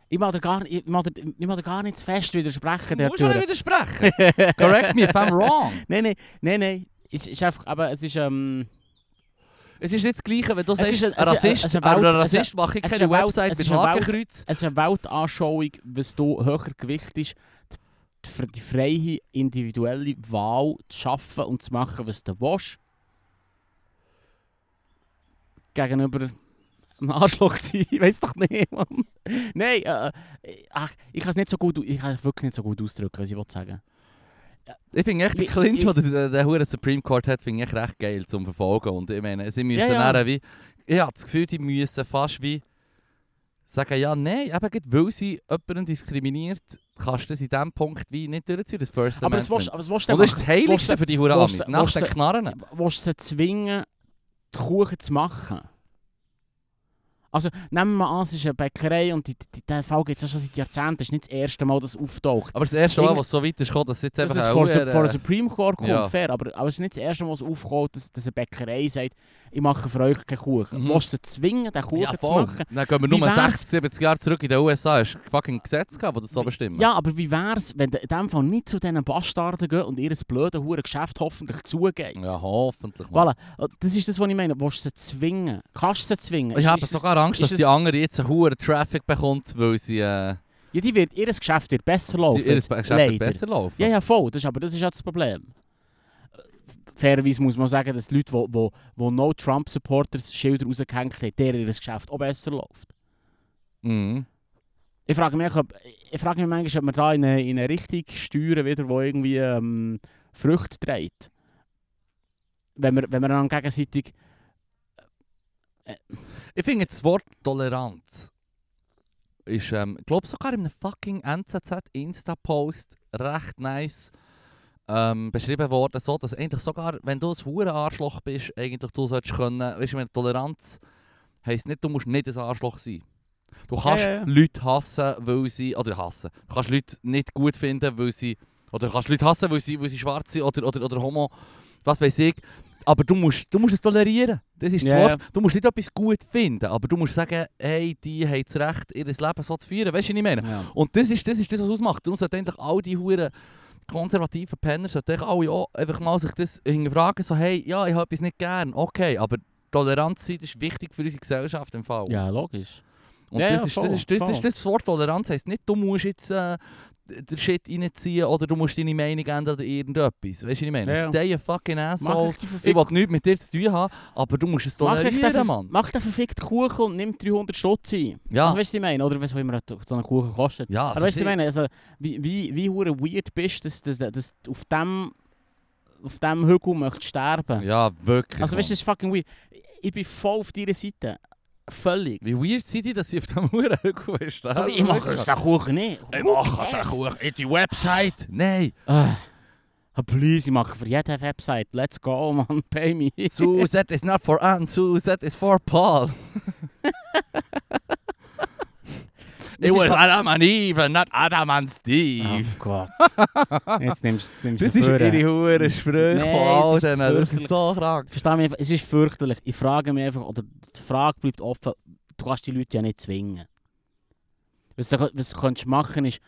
Speaker 2: ich mag dir gar, ich mag dir, ich mag dir gar nicht zu fest widersprechen. der
Speaker 1: musst du
Speaker 2: Türe.
Speaker 1: nicht widersprechen. Correct me if I'm wrong.
Speaker 2: Nein, nein, nein, nein. Es ist einfach, aber es ist, ähm,
Speaker 1: Es ist nicht das Gleiche, wenn du
Speaker 2: Es
Speaker 1: sagst,
Speaker 2: ist
Speaker 1: ein
Speaker 2: ein- es ist ein- es
Speaker 1: Rassist,
Speaker 2: ist ein
Speaker 1: aber ein
Speaker 2: Welt- es ist ein-
Speaker 1: Rassist mache ich
Speaker 2: es ist
Speaker 1: keine
Speaker 2: ein Welt-
Speaker 1: Website
Speaker 2: es
Speaker 1: mit
Speaker 2: ist ein Welt-
Speaker 1: Hakenkreuz.
Speaker 2: es ist eine Weltanschauung, was du höher Gewicht ist, die- die, fr- die freie individuelle Wahl zu schaffen und zu machen, was du willst. Gegenüber einem Arschloch zu sein, ich weiß doch nicht, Mann. Nein, äh, äh, ach, ich kann es nicht so gut, au- ich kann es wirklich nicht so gut ausdrücken, was ich wollte sagen.
Speaker 1: Ich finde echt den
Speaker 2: Ich-
Speaker 1: Clinch,
Speaker 2: ich-
Speaker 1: den der, der, der hure Supreme Court hat, finde ich echt recht geil zum Verfolgen. Und ich meine, sie müssen
Speaker 2: ja.
Speaker 1: dann wie... Ich habe das Gefühl, die müssen fast wie... Sagen, ja, nein, eben gerade weil sie jemanden diskriminiert, kannst du das in diesem Punkt wie nicht durchziehen, das First
Speaker 2: Aber es willst,
Speaker 1: Amendment.
Speaker 2: aber es willst du
Speaker 1: Und das ist das
Speaker 2: willst
Speaker 1: Heiligste
Speaker 2: du-
Speaker 1: für die Huramis,
Speaker 2: willst du-
Speaker 1: nach
Speaker 2: willst
Speaker 1: den
Speaker 2: du-
Speaker 1: Knarren.
Speaker 2: Äh, willst du sie zwingen, die Kuchen zu machen? Also, nehmen wir mal an, es ist eine Bäckerei und die, die, der Fall gibt es schon seit Jahrzehnten. Das ist nicht das erste Mal, dass es auftaucht.
Speaker 1: Aber das erste Mal,
Speaker 2: Irgend-
Speaker 1: was so weit ist, gekommen, dass jetzt
Speaker 2: Das
Speaker 1: einfach
Speaker 2: ist
Speaker 1: ein
Speaker 2: vor,
Speaker 1: hoher,
Speaker 2: vor
Speaker 1: äh,
Speaker 2: der Supreme Court kommt,
Speaker 1: ja.
Speaker 2: fair. Aber, aber es ist nicht das erste Mal, was aufkommt, dass, dass eine Bäckerei sagt, ich mache für euch keinen Kuchen.
Speaker 1: Mhm.
Speaker 2: Willst du sie zwingen, den Kuchen
Speaker 1: ja,
Speaker 2: zu
Speaker 1: voll.
Speaker 2: machen?
Speaker 1: Dann gehen wir
Speaker 2: Wie
Speaker 1: nur
Speaker 2: wär's-
Speaker 1: 60, 70 Jahre zurück in den USA. Es gab fucking Gesetz, das das so
Speaker 2: Wie-
Speaker 1: bestimmt.
Speaker 2: Ja, aber wie wäre es, wenn du in dem Fall nicht zu diesen Bastarden gehst und ihr blöde Hurengeschäft hoffentlich zugeht?
Speaker 1: ja hoffentlich. Mann.
Speaker 2: Voilà. Äh, Das ist das, was ich meine. Willst du sie zwingen? Kannst du sie zwingen?
Speaker 1: Ich
Speaker 2: Ist-
Speaker 1: habe
Speaker 2: ist das-
Speaker 1: sogar Angst, dass
Speaker 2: ist
Speaker 1: die
Speaker 2: das-
Speaker 1: andere jetzt einen hohen Traffic bekommt, weil sie äh,
Speaker 2: Ja, die wird, ihr Geschäft wird besser
Speaker 1: die-
Speaker 2: laufen.
Speaker 1: ihr Geschäft wird
Speaker 2: leider.
Speaker 1: besser laufen.
Speaker 2: Ja, ja, voll. Das ist, aber das ist ja das Problem. Fairerweise muss man sagen, dass die Leute, die, die, die No-Trump-Supporters Schilder rausgehängt haben, deren ihr Geschäft auch besser läuft.
Speaker 1: Mhm.
Speaker 2: Ich frage mich, ob, ich frage mich manchmal, ob man da in eine, in eine Richtung steuern wieder, die irgendwie ähm, Früchte trägt. Wenn wir, wenn wir dann gegenseitig...
Speaker 1: Ich finde das Wort Toleranz ist, ähm, ich glaube sogar in einem fucking NZZ Insta-Post recht nice ähm, beschrieben worden, so, dass eigentlich sogar, wenn du ein hure Arschloch bist, eigentlich du solltest können, weißt du, ich meine, Toleranz heisst nicht, du musst nicht ein Arschloch sein. Du kannst
Speaker 2: ja, ja.
Speaker 1: Leute hassen, weil sie, oder hassen, du kannst Leute nicht gut finden, weil sie, oder du kannst Leute hassen, weil sie, weil sie schwarz sind oder, oder, oder homo, was weiß ich. Aber du musst, du musst es tolerieren. Das ist
Speaker 2: Ja,
Speaker 1: das
Speaker 2: ja.
Speaker 1: Wort. Du musst nicht etwas gut finden, aber du musst sagen, hey, die haben das Recht, ihr Leben so zu führen. Weißt du, was ich meine?
Speaker 2: Ja.
Speaker 1: Und das ist das, ist das was ausmacht. Darum sollten eigentlich all die huren konservativen Penner sollten eigentlich alle auch einfach mal sich das hinterfragen. So, hey, ja, ich habe etwas nicht gern. Okay, aber Toleranz sein das ist wichtig für unsere Gesellschaft im Fall.
Speaker 2: ja, logisch.
Speaker 1: Und
Speaker 2: Ja,
Speaker 1: das,
Speaker 2: ja,
Speaker 1: ist,
Speaker 2: voll,
Speaker 1: das, ist, das,
Speaker 2: voll.
Speaker 1: ist das Wort Toleranz. heisst nicht, du musst jetzt äh, den Shit reinziehen oder du musst deine Meinung ändern oder irgendetwas. Weißt du, was ich meine?
Speaker 2: Ja, ja.
Speaker 1: Stay a fucking
Speaker 2: Mach
Speaker 1: asshole.
Speaker 2: ich die
Speaker 1: Ich
Speaker 2: verfickte
Speaker 1: will nichts mit dir zu tun haben, aber du musst es
Speaker 2: Mach ich den,
Speaker 1: tolerieren,
Speaker 2: verf-
Speaker 1: Mann.
Speaker 2: mach den verfickten Kuchen und nimm 300 Stutz ein.
Speaker 1: Ja,
Speaker 2: Also, weißt du, was ich meine? Oder was auch immer so einen Kuchen kostet.
Speaker 1: ja.
Speaker 2: Aber weißt du, was ich
Speaker 1: sie-
Speaker 2: meine? Also, wie, wie, wie hure weird bist du, dass, dass, dass du auf dem, auf dem Hügel möchtest sterben
Speaker 1: Ja, wirklich.
Speaker 2: Also,
Speaker 1: Mann.
Speaker 2: weißt du, das ist fucking weird. Ich bin voll auf deiner Seite. Völlig.
Speaker 1: wie weird sind die, dass sie auf dem Uhrenhügel stehen?
Speaker 2: So, Also, ich mache jetzt den Kuchen nicht.
Speaker 1: Ich
Speaker 2: Who
Speaker 1: mache den
Speaker 2: cares?
Speaker 1: Kuchen. In die Website. Nein.
Speaker 2: Ah, ah, please, ich mache für jede Website. Let's go, man, pay me.
Speaker 1: Sue, that is not for Anne. Sue, that is for Paul.
Speaker 2: This
Speaker 1: It
Speaker 2: is
Speaker 1: was
Speaker 2: not-
Speaker 1: Adam and Eve and not Adam and
Speaker 2: Oh
Speaker 1: Steve.
Speaker 2: Gott. Jetzt nimmst du nimmst du
Speaker 1: Das
Speaker 2: sie
Speaker 1: ist
Speaker 2: vor.
Speaker 1: ihre hure Sprüche
Speaker 2: Nee,
Speaker 1: von all
Speaker 2: es ist
Speaker 1: denen. Das ist
Speaker 2: wirklich-
Speaker 1: so krank.
Speaker 2: Versteh mich einfach, es ist fürchterlich. Ich frage mich einfach, oder die Frage bleibt offen, du kannst die Leute ja nicht zwingen. Was du, was du könntest machen ist,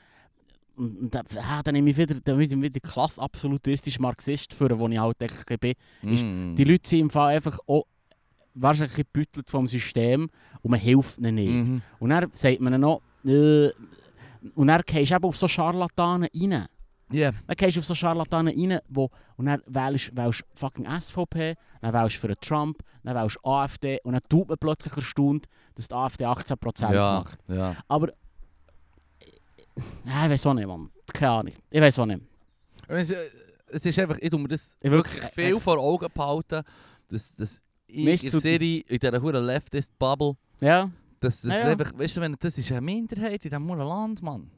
Speaker 2: und, und, dann- ah, dann nehme ich wieder, dann wieder, wieder klassabsolutistisch Marxist für, wo ich halt echt ein bisschen bin. Ist-
Speaker 1: Mm.
Speaker 2: Die Leute sind im Fall einfach auch wahrscheinlich ein bisschen gebüttelt vom System und man hilft ihnen nicht.
Speaker 1: Mhm.
Speaker 2: Und dann sagt man ihnen noch, äh, und dann gehst du eben auf so Scharlatanen rein.
Speaker 1: Yeah.
Speaker 2: Dann gehst du auf so Scharlatanen rein, wo, und dann wählst du fucking SVP, dann wählst du für den Trump, dann wählst du AfD und dann tut man plötzlich erstaunt, dass die AfD 18%
Speaker 1: Ja,
Speaker 2: macht.
Speaker 1: ja.
Speaker 2: Aber... Nein, ich weiß auch nicht, Mann. Keine Ahnung. Ich weiß auch nicht.
Speaker 1: Es ist- es ist einfach, ich tu mir das
Speaker 2: Ich
Speaker 1: wirklich
Speaker 2: wirklich-
Speaker 1: viel vor Augen behalten, dass, dass ich
Speaker 2: Mir ist
Speaker 1: Dus, in
Speaker 2: zu-
Speaker 1: der Serie, in dieser huren Leftist-Bubble,
Speaker 2: Ja?
Speaker 1: dass das
Speaker 2: Nou Ja, ja.
Speaker 1: einfach, weißt du, wenn, das ist eine Minderheit in diesem huren Land, Mann.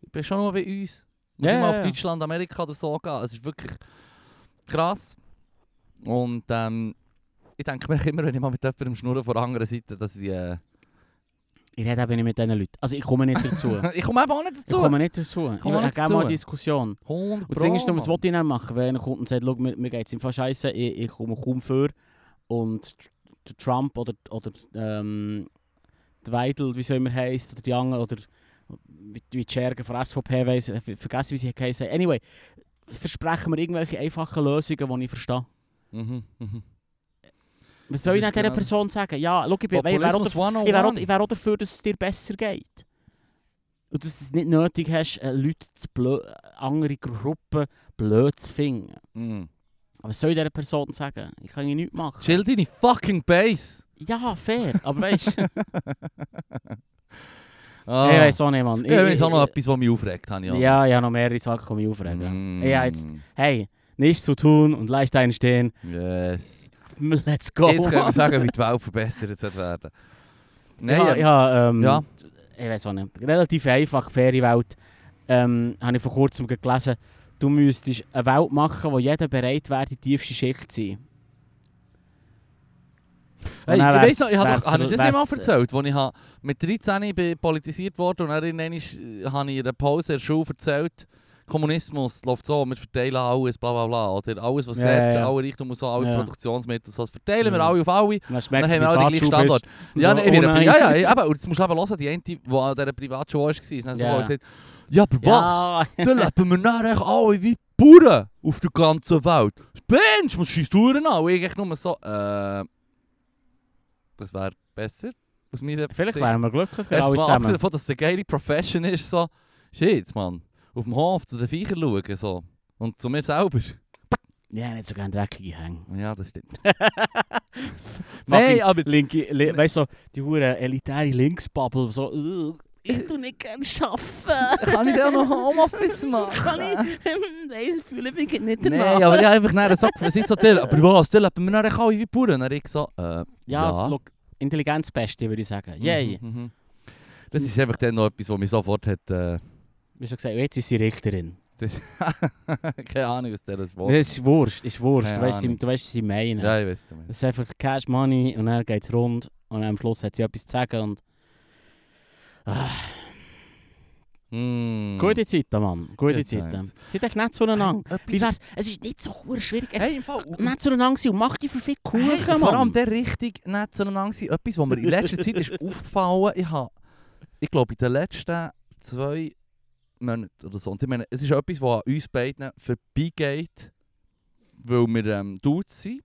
Speaker 1: Ich bin schon nur bei uns. Muss
Speaker 2: Ja,
Speaker 1: nicht mal
Speaker 2: ja,
Speaker 1: auf
Speaker 2: ja.
Speaker 1: Deutschland, Amerika oder so gehen. Es ist wirklich krass. Und ähm, ich denke mir immer, wenn ich mal mit jemandem schnurre von der anderen Seite, dass ich... Äh,
Speaker 2: Ich rede eben nicht mit diesen Leuten. Also ich komme nicht dazu.
Speaker 1: ich komme eben auch nicht
Speaker 2: ich
Speaker 1: dazu.
Speaker 2: komme nicht dazu. Ich,
Speaker 1: komme
Speaker 2: ich,
Speaker 1: nicht
Speaker 2: gebe mal
Speaker 1: dazu.
Speaker 2: eine Diskussion.
Speaker 1: Hund,
Speaker 2: Und das Ding ist, was wollte ich dann machen, wenn einer kommt und sagt, «Schau, mir, mir geht es im Fall scheiße, ich, ich komme kaum für und tr- der Trump oder, oder ähm, der Weidel, wie soll immer heisst, oder die anderen, oder wie, wie die Schergen von SVP weiss, ich ver- vergesse, eh, wie sie heißen. Anyway, versprechen wir irgendwelche einfachen Lösungen, die ich verstehe.
Speaker 1: Mhm, mhm.
Speaker 2: Was soll ich
Speaker 1: ist
Speaker 2: dann dieser
Speaker 1: genau-
Speaker 2: Person sagen? Ja, schau, ich, bin- ich wäre auch
Speaker 1: Populismus
Speaker 2: dafür- ich wäre auch,
Speaker 1: 101.
Speaker 2: ich wär auch dafür, dass es dir besser geht. Und dass du es nicht nötig hast, äh, Leute zu blö andere Gruppen blöd zu finden.
Speaker 1: Mhm.
Speaker 2: Aber was soll ich dieser Person sagen? Ich kann ja nichts machen.
Speaker 1: Chill deine fucking Base!
Speaker 2: Ja, fair. Aber weißt du,
Speaker 1: Ah.
Speaker 2: ich weiß auch nicht, Mann.
Speaker 1: Ja, wenn es auch noch etwas, was mich aufregt, habe ich auch.
Speaker 2: Ja, ja, noch mehrere Sachen, die mich aufregen.
Speaker 1: Mm.
Speaker 2: Ja, jetzt- Hey, nichts zu tun und leicht einstehen.
Speaker 1: Yes.
Speaker 2: Let's go.
Speaker 1: Jetzt können wir
Speaker 2: Mann.
Speaker 1: sagen, wie die Welt verbessert sollte werden. Nein,
Speaker 2: ja,
Speaker 1: ähm,
Speaker 2: ja, ähm,
Speaker 1: Ja.
Speaker 2: ich weiß auch nicht. Relativ einfach, faire Welt. Ähm, habe ich vor kurzem gelesen, du müsstest eine Welt machen, wo jeder bereit wäre, die tiefste Schicht zu sein.
Speaker 1: Hey,
Speaker 2: Und dann
Speaker 1: ich
Speaker 2: wär's-
Speaker 1: weiß noch, ich habe
Speaker 2: wär's-
Speaker 1: doch- habe ich das nicht mal
Speaker 2: wär's-
Speaker 1: erzählt, als ich ha- mit 13 bin politisiert wurde und dann irgendwann ist- äh, habe ich in der Pause in der Schule erzählt, Kommunismus läuft so, wir verteilen alles, bla bla bla. Oder alles, was
Speaker 2: Ja,
Speaker 1: es hat,
Speaker 2: ja, ja.
Speaker 1: alle Richtung und so, alle
Speaker 2: Ja.
Speaker 1: Produktionsmittel, so, das verteilen wir
Speaker 2: Mhm.
Speaker 1: alle auf alle.
Speaker 2: Dann schmeckst
Speaker 1: Dann
Speaker 2: du,
Speaker 1: haben wir
Speaker 2: wie
Speaker 1: auch den
Speaker 2: fad du
Speaker 1: gleichen Standort.
Speaker 2: bist.
Speaker 1: Ja,
Speaker 2: So,
Speaker 1: nee, ich bin
Speaker 2: oh nein.
Speaker 1: ja, ja, ich- eben, und jetzt musst du eben hören, die eine, die an dieser Privatschule war, ist dann so
Speaker 2: Ja.
Speaker 1: gesagt, ja, aber was?
Speaker 2: Ja,
Speaker 1: Dann leben wir nachher echt alle oh, wie Bauern auf der ganzen Welt. Mensch, was schießt du denn an? Und ich nou? echt nur so, äh... Das wäre besser, aus meiner
Speaker 2: Vielleicht
Speaker 1: Sicht.
Speaker 2: wären wir glücklicher alle
Speaker 1: Erstmal abgesehen
Speaker 2: zusammen.
Speaker 1: davon, dass es eine geile Profession ist, so... Shit, Mann. Auf dem Hof zu den Viechern schauen, so. Und zu mir selber.
Speaker 2: Ja, nicht so gerne dreckige Hänge.
Speaker 1: Ja, das stimmt.
Speaker 2: Fucking
Speaker 1: aber...
Speaker 2: Linke, li weißt du, so, die eh, hure elitäre Linksbubble, so, «Ugh, ich tu nicht gerne arbeiten.
Speaker 1: Kann ich auch noch Homeoffice machen?
Speaker 2: Kann ich, nein, ich fühle mich nicht
Speaker 1: Nein,
Speaker 2: danach.
Speaker 1: aber ich habe einfach nachher gesagt, es ist so Till, aber was, Till, aber wir nachher alle wie Bauern. Dann habe ich gesagt, äh,
Speaker 2: ja,
Speaker 1: ja.
Speaker 2: ja. Look, Intelligenzbeste würde ich sagen. Yay.
Speaker 1: Mhm, mhm. Das ist einfach dann noch etwas, was mich sofort hat... Äh,
Speaker 2: Wie schon gesagt, jetzt ist sie Richterin.
Speaker 1: das Keine Ahnung, was der das
Speaker 2: Das
Speaker 1: Wort
Speaker 2: ist Wurst, ist Wurst.
Speaker 1: Keine
Speaker 2: Du weißt, sie-
Speaker 1: Ahnung.
Speaker 2: du weißt, was sie meinen.
Speaker 1: Oh. Ja, ich weiß damit.
Speaker 2: Es ist einfach Cash Money und dann geht es rund und am Schluss hat sie etwas zu sagen und...
Speaker 1: Mm.
Speaker 2: Gute Zeiten, Mann. Gute
Speaker 1: Good
Speaker 2: Zeiten.
Speaker 1: times.
Speaker 2: Seid echt nett zueinander.
Speaker 1: Etwas-
Speaker 2: Wie wär's? Es ist nicht so hure schwierig.
Speaker 1: Hey, im Fall...
Speaker 2: Nicht zueinander sein und mach die verfickt Kuchen,
Speaker 1: Hey,
Speaker 2: Mann.
Speaker 1: vor allem der richtig nicht zueinander sein. Etwas, was mir in letzter Zeit ist aufgefallen ich habe, ich glaube, in den letzten zwei Monaten oder so. Und ich meine, es ist etwas, was an uns beiden vorbeigeht, weil wir ähm, Dudes sind.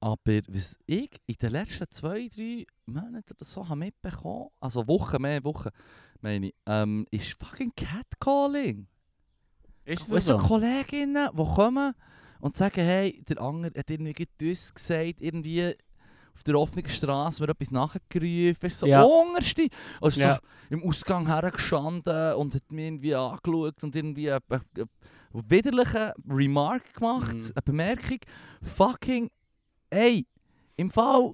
Speaker 1: Aber was ich in den letzten zwei, drei Monaten oder so habe mitbekommen also Wochen, mehr Wochen, meine ich, ähm, ist fucking Catcalling.
Speaker 2: Ist
Speaker 1: Weißt du, Kolleginnen, die kommen und sagen, hey, der andere hat irgendwie das gesagt, irgendwie auf der offenen Straße wird etwas nachgerufen, weisst du, so
Speaker 2: Ja.
Speaker 1: unterste. Und ist
Speaker 2: Ja.
Speaker 1: doch im Ausgang hergestanden und hat mich irgendwie angeschaut und irgendwie einen, einen einen widerlichen Remark gemacht,
Speaker 2: Mhm.
Speaker 1: eine Bemerkung. Fucking, ey, im Fall,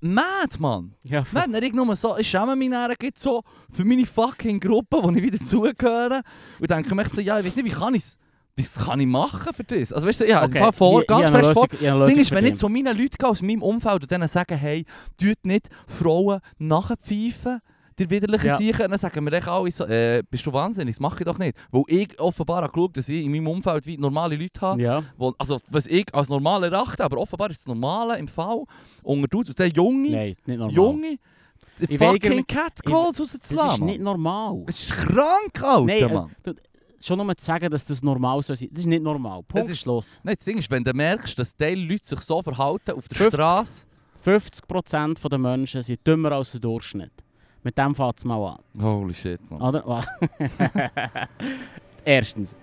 Speaker 1: mad, Mann.
Speaker 2: Ja,
Speaker 1: Wenn er nur so, ich schäme mich nachher jetzt so für meine fucking Gruppe, wo ich wieder zugehöre und denke mir echt so, ja, ich weiß nicht, wie kann ich es, was kann ich machen für das? Also weißt du, ja, okay. vor, ganz fest vor. Das Ding ist, wenn ich zu meinen Leuten gehe aus meinem Umfeld und denen sage, hey, tut nicht Frauen nachpfeifen, der widerliche
Speaker 2: Ja.
Speaker 1: Sachen, dann sagen wir echt alle so, äh, bist du wahnsinnig, das mache ich doch nicht. Weil ich offenbar habe geschaut, dass ich in meinem Umfeld wie normale Leute habe,
Speaker 2: Ja,
Speaker 1: wo, also was ich als normal erachte, aber offenbar ist das Normale im Fall, unter du, der Junge,
Speaker 2: nein, nicht normal.
Speaker 1: Junge, die
Speaker 2: Ich weigere
Speaker 1: fucking
Speaker 2: mich-
Speaker 1: Catcalls
Speaker 2: das ist
Speaker 1: rauszulassen.
Speaker 2: nicht normal.
Speaker 1: Das ist krank, Alter,
Speaker 2: Nein, äh,
Speaker 1: Mann.
Speaker 2: Schon nur zu sagen, dass das normal soll sein. Das ist nicht normal. Punkt,
Speaker 1: ist-
Speaker 2: Schluss.
Speaker 1: Nein, das Ding ist, wenn du merkst, dass die Leute sich so verhalten auf der
Speaker 2: 50.
Speaker 1: Straße.
Speaker 2: 50% der Menschen sind dümmer als der Durchschnitt. Mit dem fängt es mal an.
Speaker 1: Holy shit, Mann.
Speaker 2: Oder? Wa- Erstens.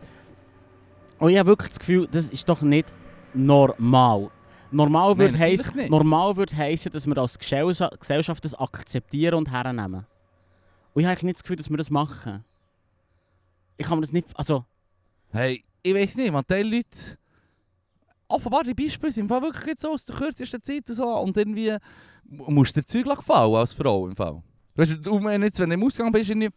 Speaker 2: Und ich habe wirklich das Gefühl, das ist doch nicht normal. Normal
Speaker 1: Nein,
Speaker 2: würde
Speaker 1: natürlich
Speaker 2: heißen,
Speaker 1: nicht.
Speaker 2: normal würde heißen, dass wir als Gesell- Gesellschaft das akzeptieren und hernehmen. Und ich habe eigentlich nicht das Gefühl, dass wir das machen. Ich kann mir das nicht, also
Speaker 1: Hey, ich weiß nicht, man, die Leute. Offenbar die Beispiele sind im Fall wirklich jetzt so aus der kürzesten Zeit und so. Und irgendwie mu- musst du dir Zeug gefallen als Frau im Fall. Weißt du, du meinst jetzt, wenn du im Ausgang bist, irgendwie-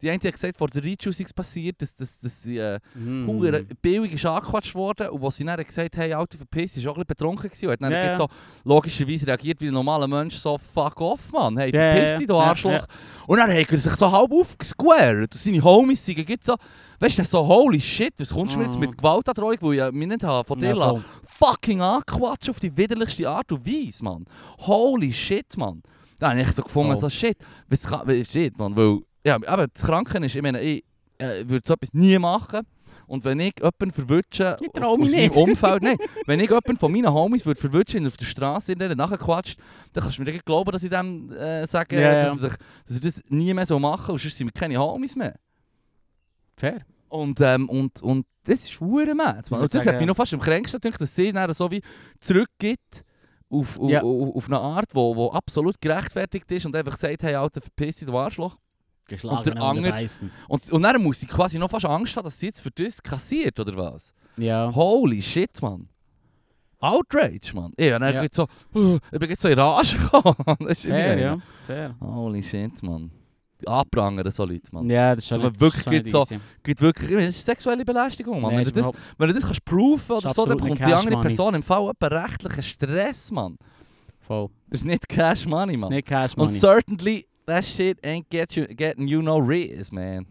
Speaker 1: die eine hat gesagt, vor der Reach ist passiert, dass, dass, dass sie. Äh,
Speaker 2: Hmm.
Speaker 1: Huere billig ist angequatscht worden und was sie dann gesagt haben, hey, Alter, verpiss, dich, ist auch ein bisschen betrunken gewesen. Und hat dann
Speaker 2: Ja,
Speaker 1: gleich
Speaker 2: ja.
Speaker 1: so logischerweise reagiert wie ein normaler Mensch, so fuck off, Mann, hey,
Speaker 2: Ja, ja,
Speaker 1: verpiss
Speaker 2: ja.
Speaker 1: dich, du
Speaker 2: Ja,
Speaker 1: Arschloch.
Speaker 2: ja.
Speaker 1: Und dann hat er sich so halb aufgesquared und seine Homies sind gleich so, weißt du, so holy shit, dus was kommst du mir jetzt
Speaker 2: Mhm.
Speaker 1: mit Gewaltandrohung, wo ich äh, mich nicht habe, von dir lassen? fucking angequatscht auf die widerlichste Art und Weise, Mann. Holy shit, Mann. Da habe ich so gefunden,
Speaker 2: Oh.
Speaker 1: so shit, was kann, was shit, Mann, weil, ja, aber das Kranken ist, ich meine, ich äh, würde so etwas nie machen. Und wenn ich jemanden verwünsche,
Speaker 2: Ich trau mich nicht.
Speaker 1: Umfeld, nein, wenn ich jemanden von meinen Homies würde verwünschen und auf der Straße in nachquatscht, dann kannst du mir nicht glauben, dass ich dem äh, sage,
Speaker 2: Ja, ja.
Speaker 1: dass, er sich, dass er das nie mehr so machen und sonst sind wir keine Homies mehr.
Speaker 2: Fair.
Speaker 1: Und, ähm, und, und das ist hure mad,
Speaker 2: Ich
Speaker 1: man.
Speaker 2: würd
Speaker 1: Und das
Speaker 2: sagen,
Speaker 1: hat mich
Speaker 2: ja.
Speaker 1: noch fast am kränksten gedacht, dass sie dann so wie zurückgibt auf, auf,
Speaker 2: Ja.
Speaker 1: auf, auf eine Art, wo, wo absolut gerechtfertigt ist und einfach sagt, hey Alter, verpiss dich, du Arschloch.
Speaker 2: Geschlagen
Speaker 1: Und der andere- Und, und dann muss ich quasi noch fast Angst haben, dass sie jetzt für das kassiert, oder was?
Speaker 2: Ja.
Speaker 1: Holy shit, Mann. Outrage, Mann. Ich, und dann
Speaker 2: Ja.
Speaker 1: ja. so, uh, ich bin jetzt so in Rage gekommen. Das ist
Speaker 2: Fair,
Speaker 1: irgendwie-
Speaker 2: ja. Fair.
Speaker 1: Holy shit, Mann. Anprangern so Leute, Mann.
Speaker 2: Ja, das ist schon
Speaker 1: Aber
Speaker 2: nicht-
Speaker 1: wirklich
Speaker 2: schon nicht
Speaker 1: jetzt so-
Speaker 2: easy.
Speaker 1: Gibt wirklich, ich meine, das ist sexuelle Belästigung, Mann.
Speaker 2: Nein,
Speaker 1: Wenn
Speaker 2: ist
Speaker 1: du das
Speaker 2: überhaupt-
Speaker 1: Wenn du das kannst prüfen oder
Speaker 2: Das ist
Speaker 1: so, dann
Speaker 2: absolut
Speaker 1: bekommt
Speaker 2: nicht
Speaker 1: die
Speaker 2: Cash
Speaker 1: andere
Speaker 2: Money.
Speaker 1: Person im Fall etwa rechtlichen Stress, Mann.
Speaker 2: Voll.
Speaker 1: Das ist nicht Cash Money,
Speaker 2: Das ist
Speaker 1: Mann.
Speaker 2: Nicht Cash
Speaker 1: Und
Speaker 2: Money.
Speaker 1: certainly, that shit ain't get you, getting you no raise, man.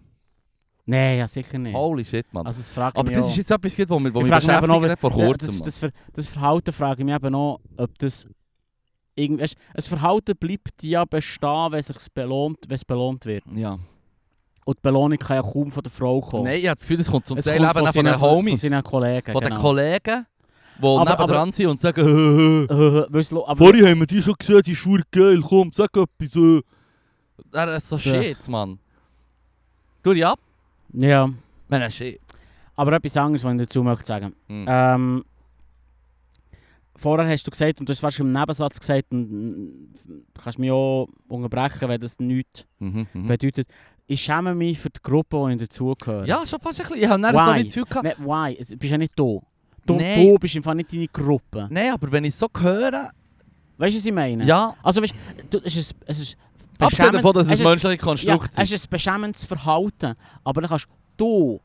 Speaker 2: Nein, ja sicher nicht.
Speaker 1: Holy shit, Mann.
Speaker 2: Also es fragt
Speaker 1: Aber
Speaker 2: mich
Speaker 1: das
Speaker 2: auch.
Speaker 1: ist jetzt etwas, was mich, was
Speaker 2: Ich
Speaker 1: mich
Speaker 2: frage mich eben
Speaker 1: beschäftigt
Speaker 2: noch,
Speaker 1: hat vor
Speaker 2: Ja,
Speaker 1: kurzem.
Speaker 2: das,
Speaker 1: Mann.
Speaker 2: das, Ver das Verhalten frage ich mich eben noch, ob das irgendwie, weißt, ein Verhalten bleibt ja bestehen, wenn es sich belohnt, wenn es belohnt wird.
Speaker 1: ja.
Speaker 2: Und die Belohnung kann ja kaum von der Frau kommen.
Speaker 1: Nein, ich habe das Gefühl, das kommt zum
Speaker 2: es
Speaker 1: Teil
Speaker 2: kommt
Speaker 1: eben auch von
Speaker 2: seinen-
Speaker 1: den Homies,
Speaker 2: Von
Speaker 1: von
Speaker 2: seinen Kollegen,
Speaker 1: den
Speaker 2: genau.
Speaker 1: Kollegen, die
Speaker 2: Aber-
Speaker 1: nebendran sind und sagen,
Speaker 2: Äh, weil's lo- aber
Speaker 1: Vorhin haben wir die schon gesehen, die Schuhe geil, komm, sag etwas. äh.» Das ist so
Speaker 2: Ja.
Speaker 1: shit, Mann. Tu dich ab.
Speaker 2: Ja,
Speaker 1: Man, das ist shit.
Speaker 2: aber etwas anderes, was ich dazu möchte sagen.
Speaker 1: Hm.
Speaker 2: Ähm, vorher hast du gesagt, und du hast wahrscheinlich im Nebensatz gesagt, und, mm, du kannst mich auch unterbrechen, wenn das nichts
Speaker 1: Mhm, mhm.
Speaker 2: bedeutet. Ich schäme mich für die Gruppe, die ich dazugehöre.
Speaker 1: Ja, schon fast ein bisschen. Ich habe dann so
Speaker 2: Why?
Speaker 1: wie Zeug gehabt.
Speaker 2: Nein, why? Es- Du bist ja nicht du. Du,
Speaker 1: Nein.
Speaker 2: du bist einfach nicht deine Gruppe.
Speaker 1: Nein, aber wenn ich so höre,
Speaker 2: Weißt du, was ich meine?
Speaker 1: ja,
Speaker 2: Also, weißt du, es ist, es ist
Speaker 1: abgesehen davon, dass es
Speaker 2: es
Speaker 1: ein
Speaker 2: ist-
Speaker 1: menschliches
Speaker 2: ja,
Speaker 1: Konstrukt
Speaker 2: es
Speaker 1: ist.
Speaker 2: ist ein beschämendes Verhalten. Aber dann kannst du,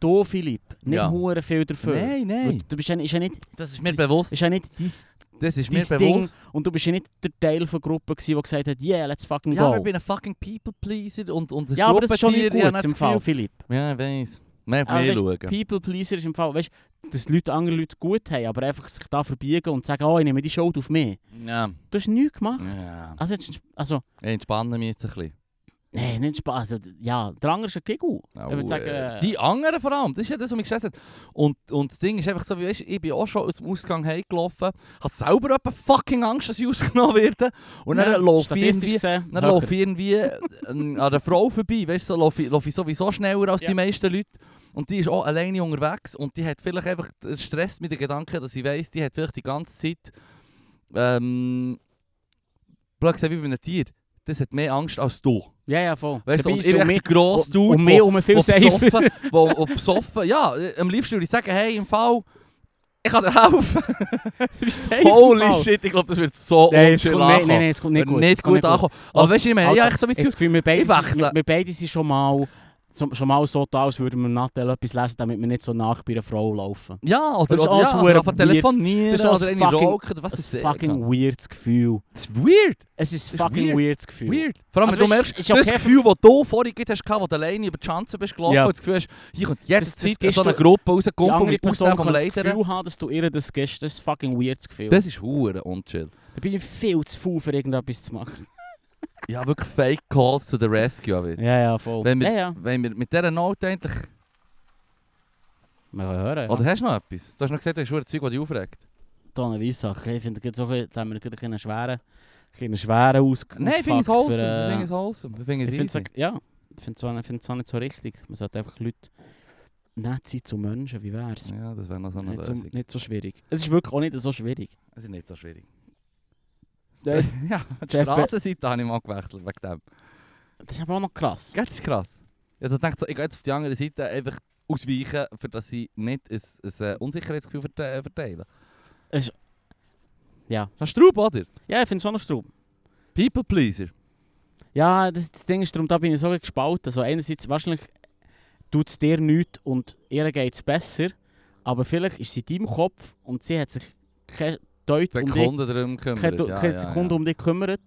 Speaker 2: du Philipp, nicht
Speaker 1: Ja.
Speaker 2: hure viel dafür.
Speaker 1: Nein,
Speaker 2: Weil
Speaker 1: nein,
Speaker 2: Du bist ja, ist ja nicht,
Speaker 1: das ist mir bewusst.
Speaker 2: ist ja nicht dies,
Speaker 1: Das ist mir
Speaker 2: dies Ding
Speaker 1: bewusst.
Speaker 2: und du bist ja nicht der Teil von der Gruppe, gewesen, die gesagt hat, yeah, let's fucking
Speaker 1: Ja, aber ich
Speaker 2: go.
Speaker 1: bin ein fucking People-Pleaser und, und ein
Speaker 2: Ja, aber das ist schon
Speaker 1: Gruppentier,
Speaker 2: nicht
Speaker 1: ich habe
Speaker 2: gut
Speaker 1: das
Speaker 2: im Fall,
Speaker 1: Gefühl-
Speaker 2: Philipp.
Speaker 1: Ja, ich weiss. Mehr auf
Speaker 2: Aber
Speaker 1: mich
Speaker 2: weisst-
Speaker 1: schauen.
Speaker 2: Ah, People Pleaser ist im Fall, weißt du, dass Leute andere Leute gut haben, aber einfach sich da verbiegen und sagen, oh, ich nehme die Schuld auf mich.
Speaker 1: Ja,
Speaker 2: Du hast nichts gemacht.
Speaker 1: ja.
Speaker 2: Also, jetzt, also
Speaker 1: Ich entspanne mich jetzt ein bisschen.
Speaker 2: Nein, nicht Spaß. Also, ja, der andere ist ein Kegel.
Speaker 1: Au,
Speaker 2: ich würde sagen,
Speaker 1: äh,
Speaker 2: äh,
Speaker 1: die anderen vor allem, das ist ja das, was mich gestresst hat. Und, und das Ding ist einfach so, wie weißt, ich bin auch schon aus dem Ausgang heimgelaufen, habe selber etwa fucking Angst, dass ich ausgenommen werde. Und
Speaker 2: ja,
Speaker 1: dann laufe ich
Speaker 2: statistisch
Speaker 1: irgendwie,
Speaker 2: gesehen,
Speaker 1: dann
Speaker 2: höher.
Speaker 1: laufe ich irgendwie äh, an der Frau vorbei, weißt du, so, laufe ich, laufe ich sowieso schneller als
Speaker 2: Ja.
Speaker 1: die meisten Leute. Und die ist auch alleine unterwegs und die hat vielleicht einfach es stresst mit dem Gedanken, dass ich weiss, die hat vielleicht die ganze Zeit, ähm, blöd gesagt, wie bei einem Tier. Das hat mehr Angst als du.
Speaker 2: Ja, ja, voll.
Speaker 1: Weißt du,
Speaker 2: Dabei
Speaker 1: und
Speaker 2: ist
Speaker 1: ich
Speaker 2: es
Speaker 1: bin
Speaker 2: um
Speaker 1: echt ein grosser
Speaker 2: mich- um
Speaker 1: Dude,
Speaker 2: mich herum viel
Speaker 1: wo
Speaker 2: safer.
Speaker 1: besoffen, wo, wo besoffen, ja, äh, am liebsten würde ich sagen, hey, im Fall, ich kann dir helfen.
Speaker 2: Du bist safe,
Speaker 1: Holy
Speaker 2: Mann.
Speaker 1: shit, dus ich glaube, das wird so
Speaker 2: Nein, es
Speaker 1: unschön
Speaker 2: kommt, nein,
Speaker 1: ankommen.
Speaker 2: nein, nein, es kommt nicht gut.
Speaker 1: Wird
Speaker 2: es kommt
Speaker 1: ankommen. Aber
Speaker 2: Also,
Speaker 1: weißt du, ich meine,
Speaker 2: Alter,
Speaker 1: ja, ich so wie
Speaker 2: Ich habe das Gefühl, wir beide,
Speaker 1: Ich
Speaker 2: sind,
Speaker 1: wechsle.
Speaker 2: wir, wir beide sind schon mal, so, schon mal so da, als würden wir im Nattel etwas lesen, damit wir nicht so nach bei einer Frau laufen.
Speaker 1: ja, oder,
Speaker 2: Das ist
Speaker 1: oder
Speaker 2: alles
Speaker 1: ja,
Speaker 2: verdammt
Speaker 1: oder einfach
Speaker 2: weird.
Speaker 1: telefonieren,
Speaker 2: Das ist alles
Speaker 1: oder eine
Speaker 2: dus fucking-
Speaker 1: rauchen, oder was
Speaker 2: Das ist
Speaker 1: ist
Speaker 2: ein fucking weirdes Gefühl.
Speaker 1: Das ist weird,
Speaker 2: Es ist
Speaker 1: Das ist
Speaker 2: fucking
Speaker 1: weird.
Speaker 2: weirdes Gefühl.
Speaker 1: weird. Vor allem,
Speaker 2: Also
Speaker 1: wenn du
Speaker 2: weißt,
Speaker 1: merkst,
Speaker 2: ist ja
Speaker 1: das
Speaker 2: okay für-
Speaker 1: Gefühl, das du vorhin gehabt hast, wo du alleine über die Schanze bist gelaufen
Speaker 2: Ja.
Speaker 1: und das Gefühl hast, hier kommt jetzt
Speaker 2: Das- das
Speaker 1: Zeit
Speaker 2: gibst
Speaker 1: so eine
Speaker 2: du-
Speaker 1: Gruppe
Speaker 2: Die
Speaker 1: rausgekommen
Speaker 2: andere
Speaker 1: mit
Speaker 2: Person
Speaker 1: Ausnahme vom
Speaker 2: kann das
Speaker 1: Leiter.
Speaker 2: Gefühl haben, dass du ihr das gibst. Das ist ein fucking weirdes Gefühl.
Speaker 1: Das ist hure unchill.
Speaker 2: da bin ich viel zu faul, für irgendetwas zu machen.
Speaker 1: Ja, wirklich Fake Calls to the Rescue, aber jetzt.
Speaker 2: Ja, ja, voll.
Speaker 1: Wenn wir,
Speaker 2: ja, ja.
Speaker 1: wenn wir mit dieser Note eigentlich...
Speaker 2: Wir können hören, ja.
Speaker 1: Oder hast du noch etwas? Du hast noch gesagt, du hast verdammt Zeug, das dich aufregt.
Speaker 2: Tone Weissach. Ich finde, da haben wir gerade einen schweren, einen schweren Aus
Speaker 1: Nein, ich finde es
Speaker 2: ausgepackt
Speaker 1: wholesome.
Speaker 2: für, äh,
Speaker 1: Ich finde es wholesome. Ich finde es
Speaker 2: Ich finde
Speaker 1: easy.
Speaker 2: es ja, ich find's auch, ich find's auch nicht so richtig. Man sollte einfach Leute nett sein zu Menschen, wie wär's?
Speaker 1: Ja, das wäre noch so eine
Speaker 2: nicht, so,
Speaker 1: Lösung.
Speaker 2: nicht so schwierig. Es ist wirklich auch nicht so schwierig.
Speaker 1: Es ist nicht so schwierig.
Speaker 2: Ja.
Speaker 1: Ja, die
Speaker 2: Jeff Be-
Speaker 1: Strassenseite habe ich mal gewechselt wegen dem.
Speaker 2: Das ist aber auch noch krass.
Speaker 1: Gell, Das ist krass. Ich habe gedacht, so, ich gehe jetzt auf die andere Seite einfach ausweichen, für dass ich nicht ein, ein äh, Unsicherheitsgefühl verte- äh, verteile.
Speaker 2: Es ist- ja.
Speaker 1: Das ist Straub, oder?
Speaker 2: Ja, ich finde es auch noch strub.
Speaker 1: People Pleaser.
Speaker 2: Ja, das, das Ding ist darum, da bin ich so gespalten. Also einerseits wahrscheinlich tut es dir nichts und ihr geht es besser, aber vielleicht ist sie in deinem Kopf und sie hat sich keine Deut um dich,
Speaker 1: Sekunden darum kümmern.
Speaker 2: keine, Deut-
Speaker 1: ja,
Speaker 2: keine
Speaker 1: ja,
Speaker 2: Sekunde
Speaker 1: ja.
Speaker 2: um dich gekümmert.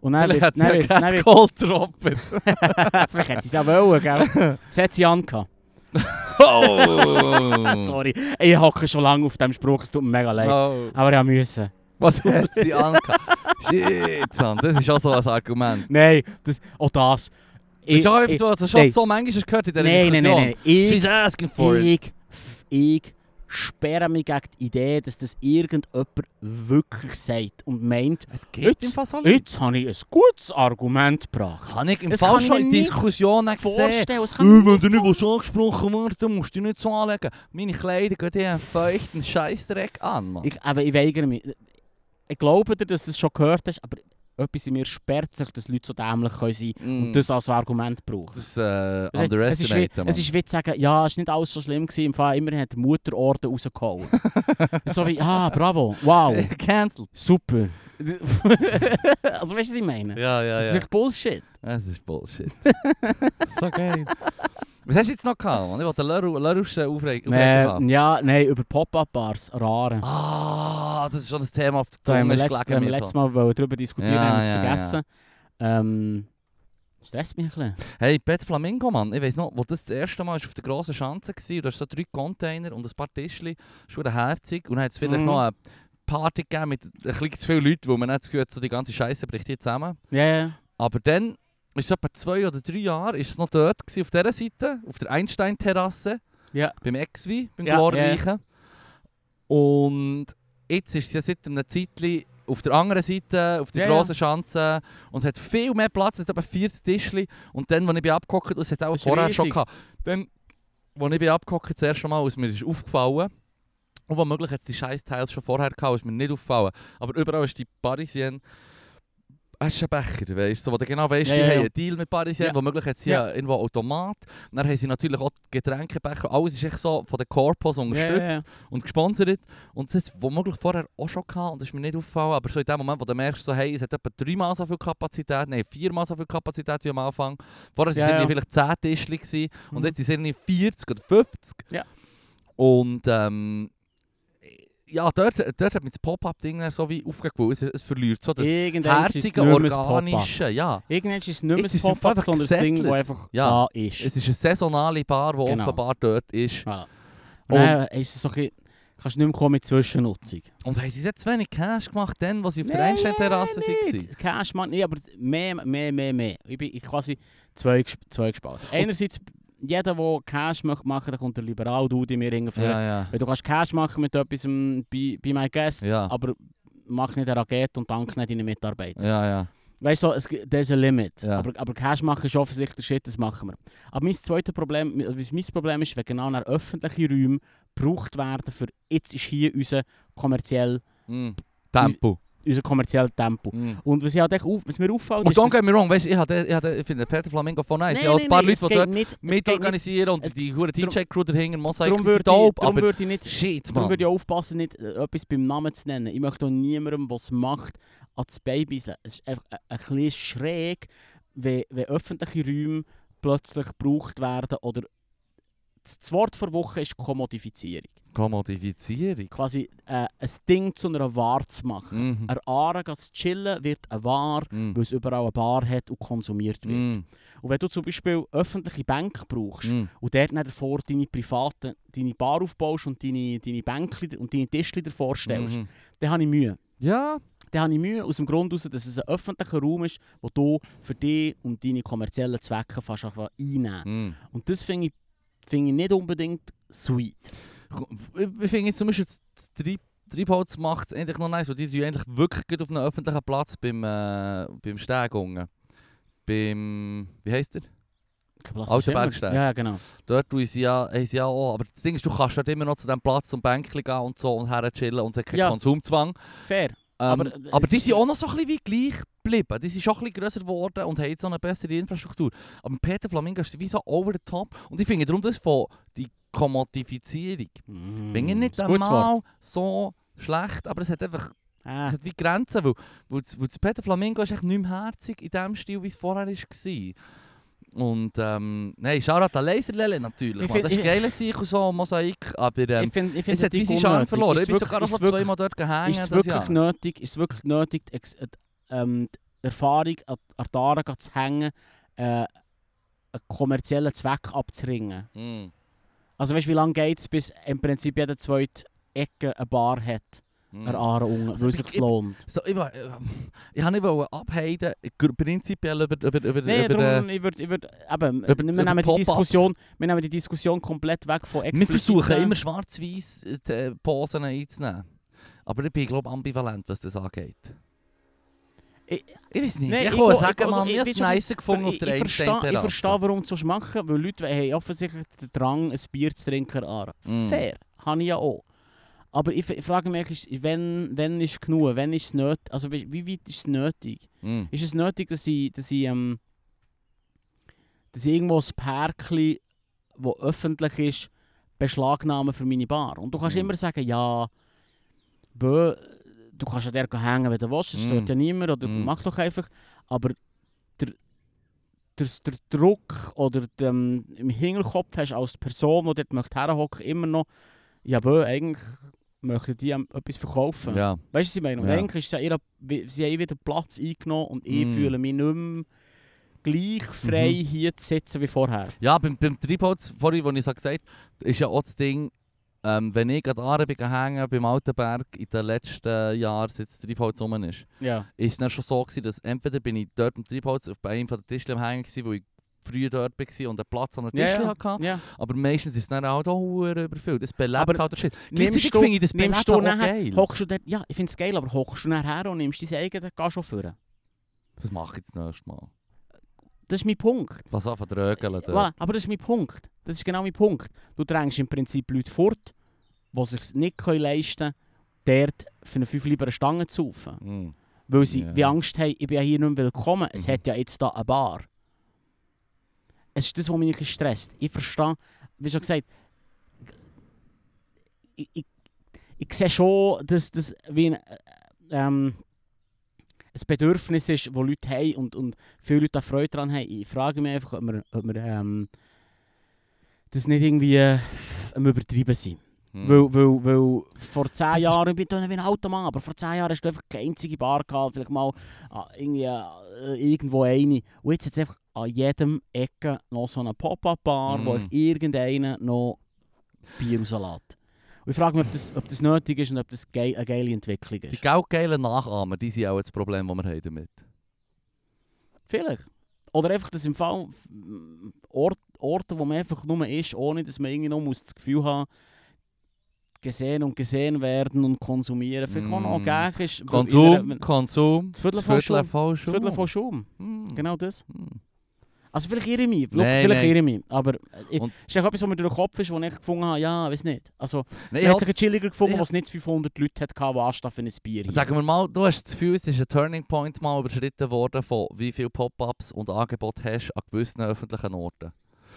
Speaker 2: Und dann
Speaker 1: Vielleicht hat
Speaker 2: wird,
Speaker 1: sie
Speaker 2: dann
Speaker 1: einen
Speaker 2: wird's, dann
Speaker 1: Cat
Speaker 2: wird,
Speaker 1: Call gedroppt.
Speaker 2: vielleicht hat sie es auch wollen, gell? Das hat sie angehabt.
Speaker 1: Oh!
Speaker 2: Sorry, ich hocke schon lange auf dem Spruch, es tut mir mega leid.
Speaker 1: oh.
Speaker 2: Aber ja müssen.
Speaker 1: Was hat sie angehabt? Shit, Mann, das ist auch so ein Argument.
Speaker 2: Nein, das, auch das.
Speaker 1: Das ist auch
Speaker 2: ich-
Speaker 1: etwas, was du schon
Speaker 2: nein.
Speaker 1: so manchmal hast gehört in dieser
Speaker 2: Nein, nein,
Speaker 1: Diskussion.
Speaker 2: nein, nein. Ich,
Speaker 1: She's asking for it.
Speaker 2: ich, f- ich sperre mich gegen die Idee, dass das irgendjemand wirklich sagt und meint,
Speaker 1: Es
Speaker 2: Jetzt-
Speaker 1: gibt im Fall so Leute.
Speaker 2: jetzt habe ich ein gutes Argument gebracht.
Speaker 1: Habe ich im
Speaker 2: Es
Speaker 1: Fall
Speaker 2: kann
Speaker 1: schon
Speaker 2: ich
Speaker 1: in
Speaker 2: mir
Speaker 1: Diskussionen gesehen.
Speaker 2: Vorstellen, es
Speaker 1: Äh,
Speaker 2: kann
Speaker 1: Wenn du nicht willst angesprochen werden, dann musst du dich nicht so anlegen. Meine Kleider gehen dir einen feuchten Scheißdreck an, Mann.
Speaker 2: ich, aber ich weigere mich. Ich glaube dir, dass du es schon gehört hast, aber etwas in mir sperrt sich, dass Leute so dämlich können sein
Speaker 1: Mm,
Speaker 2: und das als Argument brauchen.
Speaker 1: das ist äh,
Speaker 2: Es ist- es ist, wie,
Speaker 1: underestimated, Mann.
Speaker 2: es ist wie zu sagen, ja, es ist nicht alles so schlimm gewesen, im Fall immerhin hat die Mutter Orden rausgeholt. so wie, ah, bravo, wow,
Speaker 1: Äh, Cancelled.
Speaker 2: super. also weißt du, was ich meine?
Speaker 1: Ja, ja,
Speaker 2: Das ist echt Bullshit.
Speaker 1: Das ist Bullshit. so geil. Was hast du jetzt noch gehabt, Mann? Ich wollte Lörrusche aufregen.
Speaker 2: Nee, Äh, ja, nein, über Pop-Up-Bars, Rare.
Speaker 1: Ah, das ist schon ein Thema auf der
Speaker 2: da haben
Speaker 1: Zunge.
Speaker 2: wir
Speaker 1: ist
Speaker 2: letzt-
Speaker 1: gelegen
Speaker 2: wenn wir
Speaker 1: mir
Speaker 2: letztes
Speaker 1: schon.
Speaker 2: Mal wollen darüber diskutieren,
Speaker 1: Ja,
Speaker 2: haben wir es
Speaker 1: ja,
Speaker 2: vergessen. Ähm, stresst mich ein bisschen.
Speaker 1: Hey, Pet Flamingo, Mann. Ich weiss noch, wo das das erste Mal ist auf der grossen Schanze war. Du hast so drei Container und ein paar Tischli. Schon herzig. Und dann hat es vielleicht
Speaker 2: Mhm.
Speaker 1: noch eine Party gegeben mit ein bisschen zu vielen Leuten, wo man nicht das Gefühl hat, so die ganze Scheiße bricht hier zusammen.
Speaker 2: Ja, ja.
Speaker 1: Aber dann, ist es etwa zwei oder drei Jahre, ist es noch dort gewesen, auf dieser Seite, auf der Einstein-Terrasse.
Speaker 2: Ja.
Speaker 1: Beim Exvi, beim
Speaker 2: Ja,
Speaker 1: Glorreichen. Und jetzt ist es ja seit einer Zeitli auf der anderen Seite, auf der
Speaker 2: Ja, ja.
Speaker 1: grossen Schanze und es hat viel mehr Platz, es hat etwa 40 Tischli und dann, als ich bin abgehockt habe, das hat es auch
Speaker 2: Das ist
Speaker 1: vorher
Speaker 2: riesig.
Speaker 1: schon gehabt, dann, als ich bin abgehockt das erste Mal, ist mir ist aufgefallen und womöglich hat es die scheiß Teils schon vorher gehabt, ist mir nicht aufgefallen, aber überall ist die Parisien Aschenbecher, weißt du, so, wo du genau weißt,
Speaker 2: Ja,
Speaker 1: die
Speaker 2: ja,
Speaker 1: haben
Speaker 2: ja.
Speaker 1: einen Deal mit Parisien,
Speaker 2: Ja.
Speaker 1: womöglich hat sie ja. irgendwo einen Automat, und dann haben sie natürlich auch die Getränkebecher, alles ist echt so von den Corpos
Speaker 2: ja,
Speaker 1: unterstützt
Speaker 2: ja, ja.
Speaker 1: und gesponsert. Und das hat womöglich vorher auch schon gehabt und das ist mir nicht aufgefallen. Aber so in dem Moment, wo du merkst, so, hey, es hat etwa dreimal so viel Kapazität, nein, viermal so viel Kapazität wie am Anfang. Vorher
Speaker 2: Ja,
Speaker 1: waren
Speaker 2: ja.
Speaker 1: es vielleicht 10 Tischli gewesen, und
Speaker 2: Mhm.
Speaker 1: jetzt sind es 40 oder 50.
Speaker 2: Ja.
Speaker 1: Und ähm, ja, dort, dort hat mich das Pop-Up-Ding dann so wie aufgewühlt. Es, es verliert so das
Speaker 2: Irgendwann ist es nicht
Speaker 1: herzige,
Speaker 2: mehr das Pop-Up.
Speaker 1: organische. Ja.
Speaker 2: Irgendwann ist es nicht mehr
Speaker 1: Jetzt
Speaker 2: das
Speaker 1: ist es
Speaker 2: Pop-Up,
Speaker 1: einfach
Speaker 2: sondern das Ding, das
Speaker 1: gesettelt.
Speaker 2: einfach
Speaker 1: Ja.
Speaker 2: da ist.
Speaker 1: Es ist eine saisonale Bar, die
Speaker 2: Genau.
Speaker 1: offenbar dort ist.
Speaker 2: Voilà. Und dann ist es so ein bisschen, kannst du nicht mehr kommen mit Zwischennutzung.
Speaker 1: Und haben sie jetzt zu wenig Cash gemacht, dann, wo sie auf der
Speaker 2: Nein,
Speaker 1: Einstein-Terrasse
Speaker 2: nicht.
Speaker 1: waren?
Speaker 2: Cash, Mann, nee, aber mehr, mehr, mehr, mehr. Ich bin ich quasi zwei, gesp- zwei gespalten. Einerseits, jeder, der Cash möchte machen der kommt der liberal du in mir irgendwie.
Speaker 1: Ja, ja.
Speaker 2: Weil du kannst Cash machen mit etwas ähm, bei, bei My Guest,
Speaker 1: Ja,
Speaker 2: aber mach nicht eine Rakete und dank nicht deinen Mitarbeitern.
Speaker 1: ja, ja.
Speaker 2: Weißt du, so, es, gibt- there's a limit.
Speaker 1: Ja.
Speaker 2: Aber, aber Cash machen ist offensichtlich Shit, das machen wir. Aber mein zweites Problem, mein mein Problem ist, wenn genau nach öffentlichen Räumen gebraucht werden für jetzt ist hier unser kommerziell,
Speaker 1: Mm. Tempo.
Speaker 2: unser kommerziell Tempo.
Speaker 1: Mm.
Speaker 2: Und was, ich halt echt auf, was mir auffällt,
Speaker 1: Und don't
Speaker 2: dass-
Speaker 1: get me wrong, weißt, ich, hatte, ich, hatte, ich finde Peter Flamingo von nice. ich habe ein paar
Speaker 2: nein,
Speaker 1: Leute, die dort
Speaker 2: es geht nicht, es geht nicht.
Speaker 1: mitorganisieren und
Speaker 2: Es-
Speaker 1: die hure
Speaker 2: Drum-
Speaker 1: DJ-Crew dahinter, Mosaik,
Speaker 2: Darum
Speaker 1: die sind
Speaker 2: würde ich,
Speaker 1: dope,
Speaker 2: darum
Speaker 1: aber
Speaker 2: würde ich nicht...
Speaker 1: shit,
Speaker 2: Darum
Speaker 1: man.
Speaker 2: würde ich auch aufpassen, nicht äh, etwas beim Namen zu nennen. Ich möchte auch niemandem, der es macht, ans Bein beiseln. Es ist einfach ein, ein bisschen schräg, wenn, wenn öffentliche Räume plötzlich gebraucht werden oder das das Wort vor Woche ist Kommodifizierung.
Speaker 1: Kommodifizierung.
Speaker 2: Quasi äh, ein Ding zu einer Ware zu machen.
Speaker 1: Mhm.
Speaker 2: Eine Aare geht zu chillen, wird eine Ware,
Speaker 1: Mhm.
Speaker 2: weil es überall eine Bar hat und konsumiert wird.
Speaker 1: Mhm.
Speaker 2: Und wenn du zum Beispiel öffentliche Bank brauchst,
Speaker 1: Mhm.
Speaker 2: und dort dann davor deine privaten, deine Bar aufbaust und deine, deine Bänkli und deine Tischli davor stellst,
Speaker 1: Mhm.
Speaker 2: dann habe ich Mühe.
Speaker 1: Ja,
Speaker 2: Dann habe ich Mühe aus dem Grund heraus, dass es ein öffentlicher Raum ist, wo du für dich und deine kommerziellen Zwecke fast einfach einnehmen
Speaker 1: Mhm.
Speaker 2: Und das finde ich, finde ich nicht unbedingt sweet.
Speaker 1: Ich- ich finde jetzt zum Beispiel, das- das Treib- Treibholz macht es eigentlich noch nice, weil die tun eigentlich wirklich gut auf einem öffentlichen Platz beim, äh, beim Steg unten. Beim, wie heisst der?
Speaker 2: Kein Platz
Speaker 1: Alter
Speaker 2: ist immer-
Speaker 1: Bergsteig.
Speaker 2: Ja, genau.
Speaker 1: Dort tun sie ja, haben sie ja auch, aber das Ding ist, du kannst dort immer noch zu diesem Platz zum Bänkchen gehen und so und her chillen und es hat keinen
Speaker 2: Ja.
Speaker 1: Konsumzwang.
Speaker 2: Fair.
Speaker 1: Ähm,
Speaker 2: Aber,
Speaker 1: aber,
Speaker 2: äh, es
Speaker 1: die
Speaker 2: ist
Speaker 1: sind
Speaker 2: ja-
Speaker 1: auch noch so ein bisschen wie gleich geblieben. Die sind schon ein bisschen grösser geworden und haben jetzt so eine bessere Infrastruktur. Aber Peter Flamingo ist wie so over the top. Und ich finde darum das von die Kommodifizierung.
Speaker 2: Mm,
Speaker 1: Finde ich nicht
Speaker 2: ein gutes Wort.
Speaker 1: einmal so schlecht, aber es hat einfach
Speaker 2: Ah,
Speaker 1: es hat wie Grenzen. Weil, weil, das- weil das Peter Flamingo ist echt nicht mehr herzig in dem Stil, wie es vorher war. Und ähm, nein, Shoutout an Laserlele natürlich. Mann.
Speaker 2: Ich find-
Speaker 1: Das ist
Speaker 2: ich-
Speaker 1: geil, sich und so, Mosaik. Aber ähm,
Speaker 2: ich finde, ich finde
Speaker 1: es hat wie
Speaker 2: die
Speaker 1: seinen Charme
Speaker 2: unnötig.
Speaker 1: verloren.
Speaker 2: Ist
Speaker 1: Ich bin
Speaker 2: wirklich-
Speaker 1: sogar noch
Speaker 2: ist
Speaker 1: mal
Speaker 2: wirklich-
Speaker 1: zweimal dort gehangen.
Speaker 2: Ist es
Speaker 1: das
Speaker 2: wirklich
Speaker 1: Jahr.
Speaker 2: nötig, ist es wirklich nötig die, Ex- äh, ähm, die Erfahrung an an die Aare zu hängen, äh, einen kommerziellen Zweck abzuringen?
Speaker 1: Mm.
Speaker 2: Also weißt du, wie lange geht es, bis im Prinzip jede zweite Ecke eine Bar hat,
Speaker 1: Mm.
Speaker 2: eine Aare unten,
Speaker 1: Also
Speaker 2: weil
Speaker 1: ich-
Speaker 2: es sich lohnt?
Speaker 1: So, ich, wa- äh, ich habe nicht wollen abheiden, gr- prinzipiell über, über, über, äh,
Speaker 2: Nein,
Speaker 1: über
Speaker 2: darum, ich würde, ich würd, eben,
Speaker 1: über-
Speaker 2: wir,
Speaker 1: über
Speaker 2: nehmen die
Speaker 1: Pop-ups.
Speaker 2: Diskussion, wir nehmen die Diskussion komplett weg von
Speaker 1: Wir
Speaker 2: expliziten-
Speaker 1: versuchen immer schwarz weiß äh, Posen einzunehmen. Aber ich bin, glaube ambivalent, was das angeht.
Speaker 2: Ich-
Speaker 1: ich weiß nicht.
Speaker 2: Nein,
Speaker 1: ich
Speaker 2: ich
Speaker 1: kann
Speaker 2: go- ich
Speaker 1: sagen,
Speaker 2: go-
Speaker 1: man, ich
Speaker 2: ich-
Speaker 1: habe es
Speaker 2: weißt du,
Speaker 1: nice gefunden auf
Speaker 2: ich,
Speaker 1: der
Speaker 2: ich verstehe, ich verstehe,
Speaker 1: Einstein-Terrasse.
Speaker 2: warum du es machen, weil Leute haben offensichtlich den Drang, ein Bier zu trinken. an.
Speaker 1: Mm.
Speaker 2: Fair, habe ich ja auch. Aber ich, f- ich frage mich, ist, wenn, wenn ist genug, wenn ist es nötig, also wie, wie weit ist es nötig?
Speaker 1: Mm.
Speaker 2: Ist es nötig, dass ich, dass ich, ähm, dass ich irgendwo ein Pärkli, das öffentlich ist, beschlagnahme für meine Bar? Und du kannst
Speaker 1: Mm.
Speaker 2: immer sagen, ja, bö, du kannst ja der hängen, wenn du willst, es stört
Speaker 1: Mm.
Speaker 2: ja niemand, oder
Speaker 1: Mm.
Speaker 2: mach doch einfach. Aber der, der, der Druck oder dem, im Hinterkopf hast du als Person, die dort möchte herhocken immer noch, ja, bö, eigentlich möchte die am- etwas verkaufen.
Speaker 1: Ja.
Speaker 2: Weißt du, was ich meine? Und
Speaker 1: Ja.
Speaker 2: Eigentlich ist ja ihre, wie- sie haben wieder Platz eingenommen und ich
Speaker 1: Mm.
Speaker 2: fühle mich nicht mehr gleich frei
Speaker 1: Mhm.
Speaker 2: hier zu sitzen wie vorher.
Speaker 1: Ja, beim, beim Treibholz, vorhin, wo ich es gesagt habe, ist ja auch das Ding, ähm, wenn ich an der Aare bin gehangen, beim Altenberg in den letzten Jahren, seit das Treibholz rum ist,
Speaker 2: Ja.
Speaker 1: ist dann schon so gewesen, dass entweder bin ich dort im Treibholz auf einem von den Tischchen am hängen gewesen, wo ich früher dort war und einen Platz an den
Speaker 2: Ja,
Speaker 1: Tischchen
Speaker 2: ja.
Speaker 1: hatte.
Speaker 2: ja.
Speaker 1: Aber meistens ist es dann auch hier überfüllt. Das belebt
Speaker 2: Aber
Speaker 1: halt den Shit.
Speaker 2: nimmst
Speaker 1: Gleichzeitig
Speaker 2: du-
Speaker 1: finde ich das Beleben
Speaker 2: Nimmst du halt
Speaker 1: auch
Speaker 2: nachher,
Speaker 1: geil.
Speaker 2: hockst du dort, ja, ich finde es geil, aber hockst du nachher her und nimmst dein eigenes, gehst schon führen.
Speaker 1: Das mache ich das nächste Mal.
Speaker 2: Das ist mein Punkt.
Speaker 1: Was an von der Rögeln
Speaker 2: Äh, Voilà, aber das ist mein Punkt. Das ist genau mein Punkt. Du drängst im Prinzip Leute fort, die sich nicht können leisten können, dort für eine 5 lieber eine Stange zu saufen.
Speaker 1: Mm.
Speaker 2: Weil sie
Speaker 1: Ja.
Speaker 2: wie Angst haben, ich bin ja hier nicht mehr willkommen. Es
Speaker 1: Mhm.
Speaker 2: hat ja jetzt da eine Bar. Es ist das, was mich ein bisschen stresst. Ich verstehe, wie schon gesagt, ich, ich, ich sehe schon, dass das wie ein, äh, ähm, ein Bedürfnis ist, das Leute haben und, und viele Leute da Freude daran haben. Ich frage mich einfach, ob wir, ob wir ähm, das nicht irgendwie äh, am Übertreiben sind.
Speaker 1: Mm.
Speaker 2: Weil, weil, weil vor 10
Speaker 1: Das ist-
Speaker 2: Jahren, ich bin da nicht wie ein alter Mann, aber vor 10 Jahren hast du einfach keine einzige Bar gehabt, vielleicht mal ah, irgendwie, äh, irgendwo eine. Und jetzt hat es einfach an jedem Ecke noch so eine Pop-Up-Bar, wo
Speaker 1: Mm.
Speaker 2: euch irgendeiner noch Bier rauslässt. Und ich frage mich, ob das, ob das nötig ist und ob das gei- eine geile Entwicklung
Speaker 1: Die
Speaker 2: ist.
Speaker 1: geldgeilen Nachahmer, die sind auch das Problem, das wir haben damit
Speaker 2: Vielleicht. Oder einfach, dass im Fall mm, Ort, Orte, wo man einfach nur ist, ohne dass man irgendwie noch muss das Gefühl haben gesehen und gesehen werden und konsumieren, vielleicht auch noch
Speaker 1: Mm.
Speaker 2: gängig ist. weil in
Speaker 1: Konsum,
Speaker 2: einer-
Speaker 1: Konsum,
Speaker 2: Das Viertel von
Speaker 1: Viertel
Speaker 2: Schum.
Speaker 1: von
Speaker 2: Das Viertel von
Speaker 1: Schum.
Speaker 2: Schum,
Speaker 1: Mm.
Speaker 2: genau das.
Speaker 1: Mm.
Speaker 2: Also vielleicht irre ich mich, Schau,
Speaker 1: Nein,
Speaker 2: vielleicht
Speaker 1: nein.
Speaker 2: irre ich mich, aber äh, ich,
Speaker 1: Und-
Speaker 2: ist echt etwas, was mir durch den Kopf ist, wo ich gefunden habe, ja, weiß nicht. Also,
Speaker 1: Nein,
Speaker 2: ich
Speaker 1: ich
Speaker 2: hat
Speaker 1: hab's-
Speaker 2: sich ein chilliger gefunden,
Speaker 1: ich-
Speaker 2: wo es nicht 500 Leute hatte, die anstehen für ein Bier hier.
Speaker 1: Sagen wir mal, du hast das Gefühl, es ist ein Turning Point mal überschritten worden von wie viele Pop-Ups und Angebote hast an gewissen öffentlichen Orten.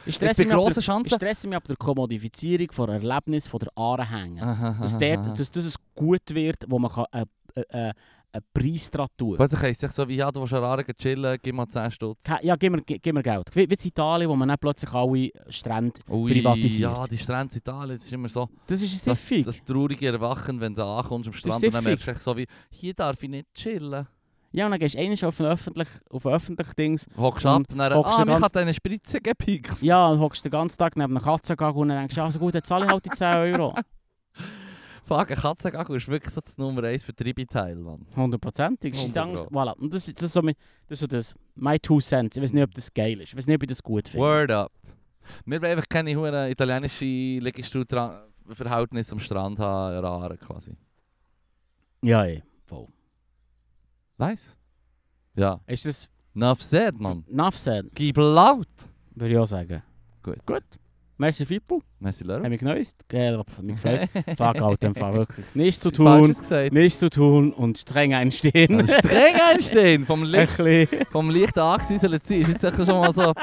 Speaker 2: ich
Speaker 1: Es
Speaker 2: stresse
Speaker 1: gibt
Speaker 2: mich ab der-
Speaker 1: grosse
Speaker 2: ich
Speaker 1: Chancen.
Speaker 2: stresse mich ab der Kommodifizierung von Erlebnis von der Aare hängen. dass,
Speaker 1: Aha, aha.
Speaker 2: dort, dass, dass es gut wird, wo man kann, äh, äh, äh, einen Preis dran tun
Speaker 1: Plötzlich heisst es so wie, ja, du willst einen Raren chillen, gib mal 10 Stutz.
Speaker 2: kann. Ja, gib mir, gib, gib mir Geld. Wie, wie in Italien, wo man dann plötzlich alle Strände...
Speaker 1: Ui,
Speaker 2: Privatisiert.
Speaker 1: ja, die Strände in Italien, das ist immer so.
Speaker 2: Das ist
Speaker 1: Das,
Speaker 2: siffig.
Speaker 1: das traurige Erwachen, wenn du ankommst am Strand und dann
Speaker 2: siffig.
Speaker 1: merkst du echt so wie, hier darf ich nicht chillen.
Speaker 2: Ja, und dann gehst du einmal auf ein öffentlich, auf ein öffentlich Dings.
Speaker 1: Hockst ab,
Speaker 2: Und
Speaker 1: dann, ah,
Speaker 2: hockst du
Speaker 1: mich
Speaker 2: ganz-
Speaker 1: hat eine Spritze gepickt.
Speaker 2: Ja, dann hockst du den ganzen Tag neben einer Katze und dann denkst du, also gut, jetzt zahle ich halt die 10 Euro.
Speaker 1: Fuck, eine Katzengago ist wirklich so das Nummer 1 Vertriebeteil, Mann.
Speaker 2: Hundertprozentig. Das ist die Angst.
Speaker 1: Hundertpro.
Speaker 2: Voilà. Dus Und das, ist- das, ist so mein, das ist so das... My two cents. Ich weiß nicht, ob das geil ist. Ich weiß nicht, ob ich das gut finde.
Speaker 1: Word up. Wir wollen einfach keine hohen italienischen Liegestuhl-Verhältnisse am Strand haben, raren quasi.
Speaker 2: Ja, ja. Voll.
Speaker 1: Weiss? Ja.
Speaker 2: Ist das...
Speaker 1: Enough said, Mann.
Speaker 2: Enough said,
Speaker 1: Gib laut!
Speaker 2: würde ich auch sagen.
Speaker 1: Gut.
Speaker 2: Gut. Merci, Fippo.
Speaker 1: Merci,
Speaker 2: Haben
Speaker 1: Lörr.
Speaker 2: wir genäust? Gell, mich gefällt. Fuck
Speaker 1: halt
Speaker 2: out, im Fall wirklich. Nichts zu tun,
Speaker 1: Falsches gesagt.
Speaker 2: nichts zu tun und streng einstehen.
Speaker 1: Ein Streng einstehen, vom
Speaker 2: Ein
Speaker 1: Licht,
Speaker 2: bisschen.
Speaker 1: vom Licht angesiedelt zu sein, ist jetzt echt schon mal so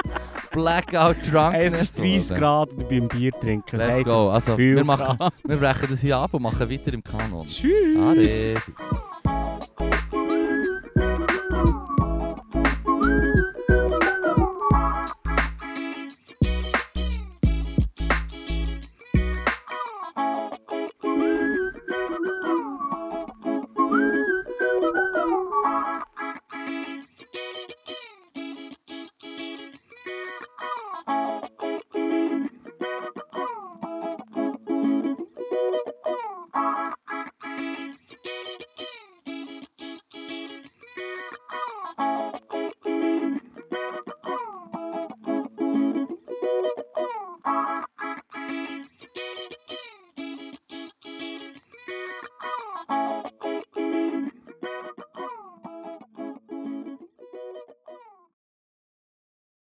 Speaker 1: Blackout drunk.
Speaker 2: Hey, Es ist 30 Grad und ich bin Bier trinken.
Speaker 1: Let's
Speaker 2: Seid
Speaker 1: go.
Speaker 2: das
Speaker 1: Also,
Speaker 2: Gefühl
Speaker 1: wir machen-
Speaker 2: dran.
Speaker 1: Wir brechen das hier ab und machen weiter im Kanon.
Speaker 2: Tschüss.
Speaker 1: Ades.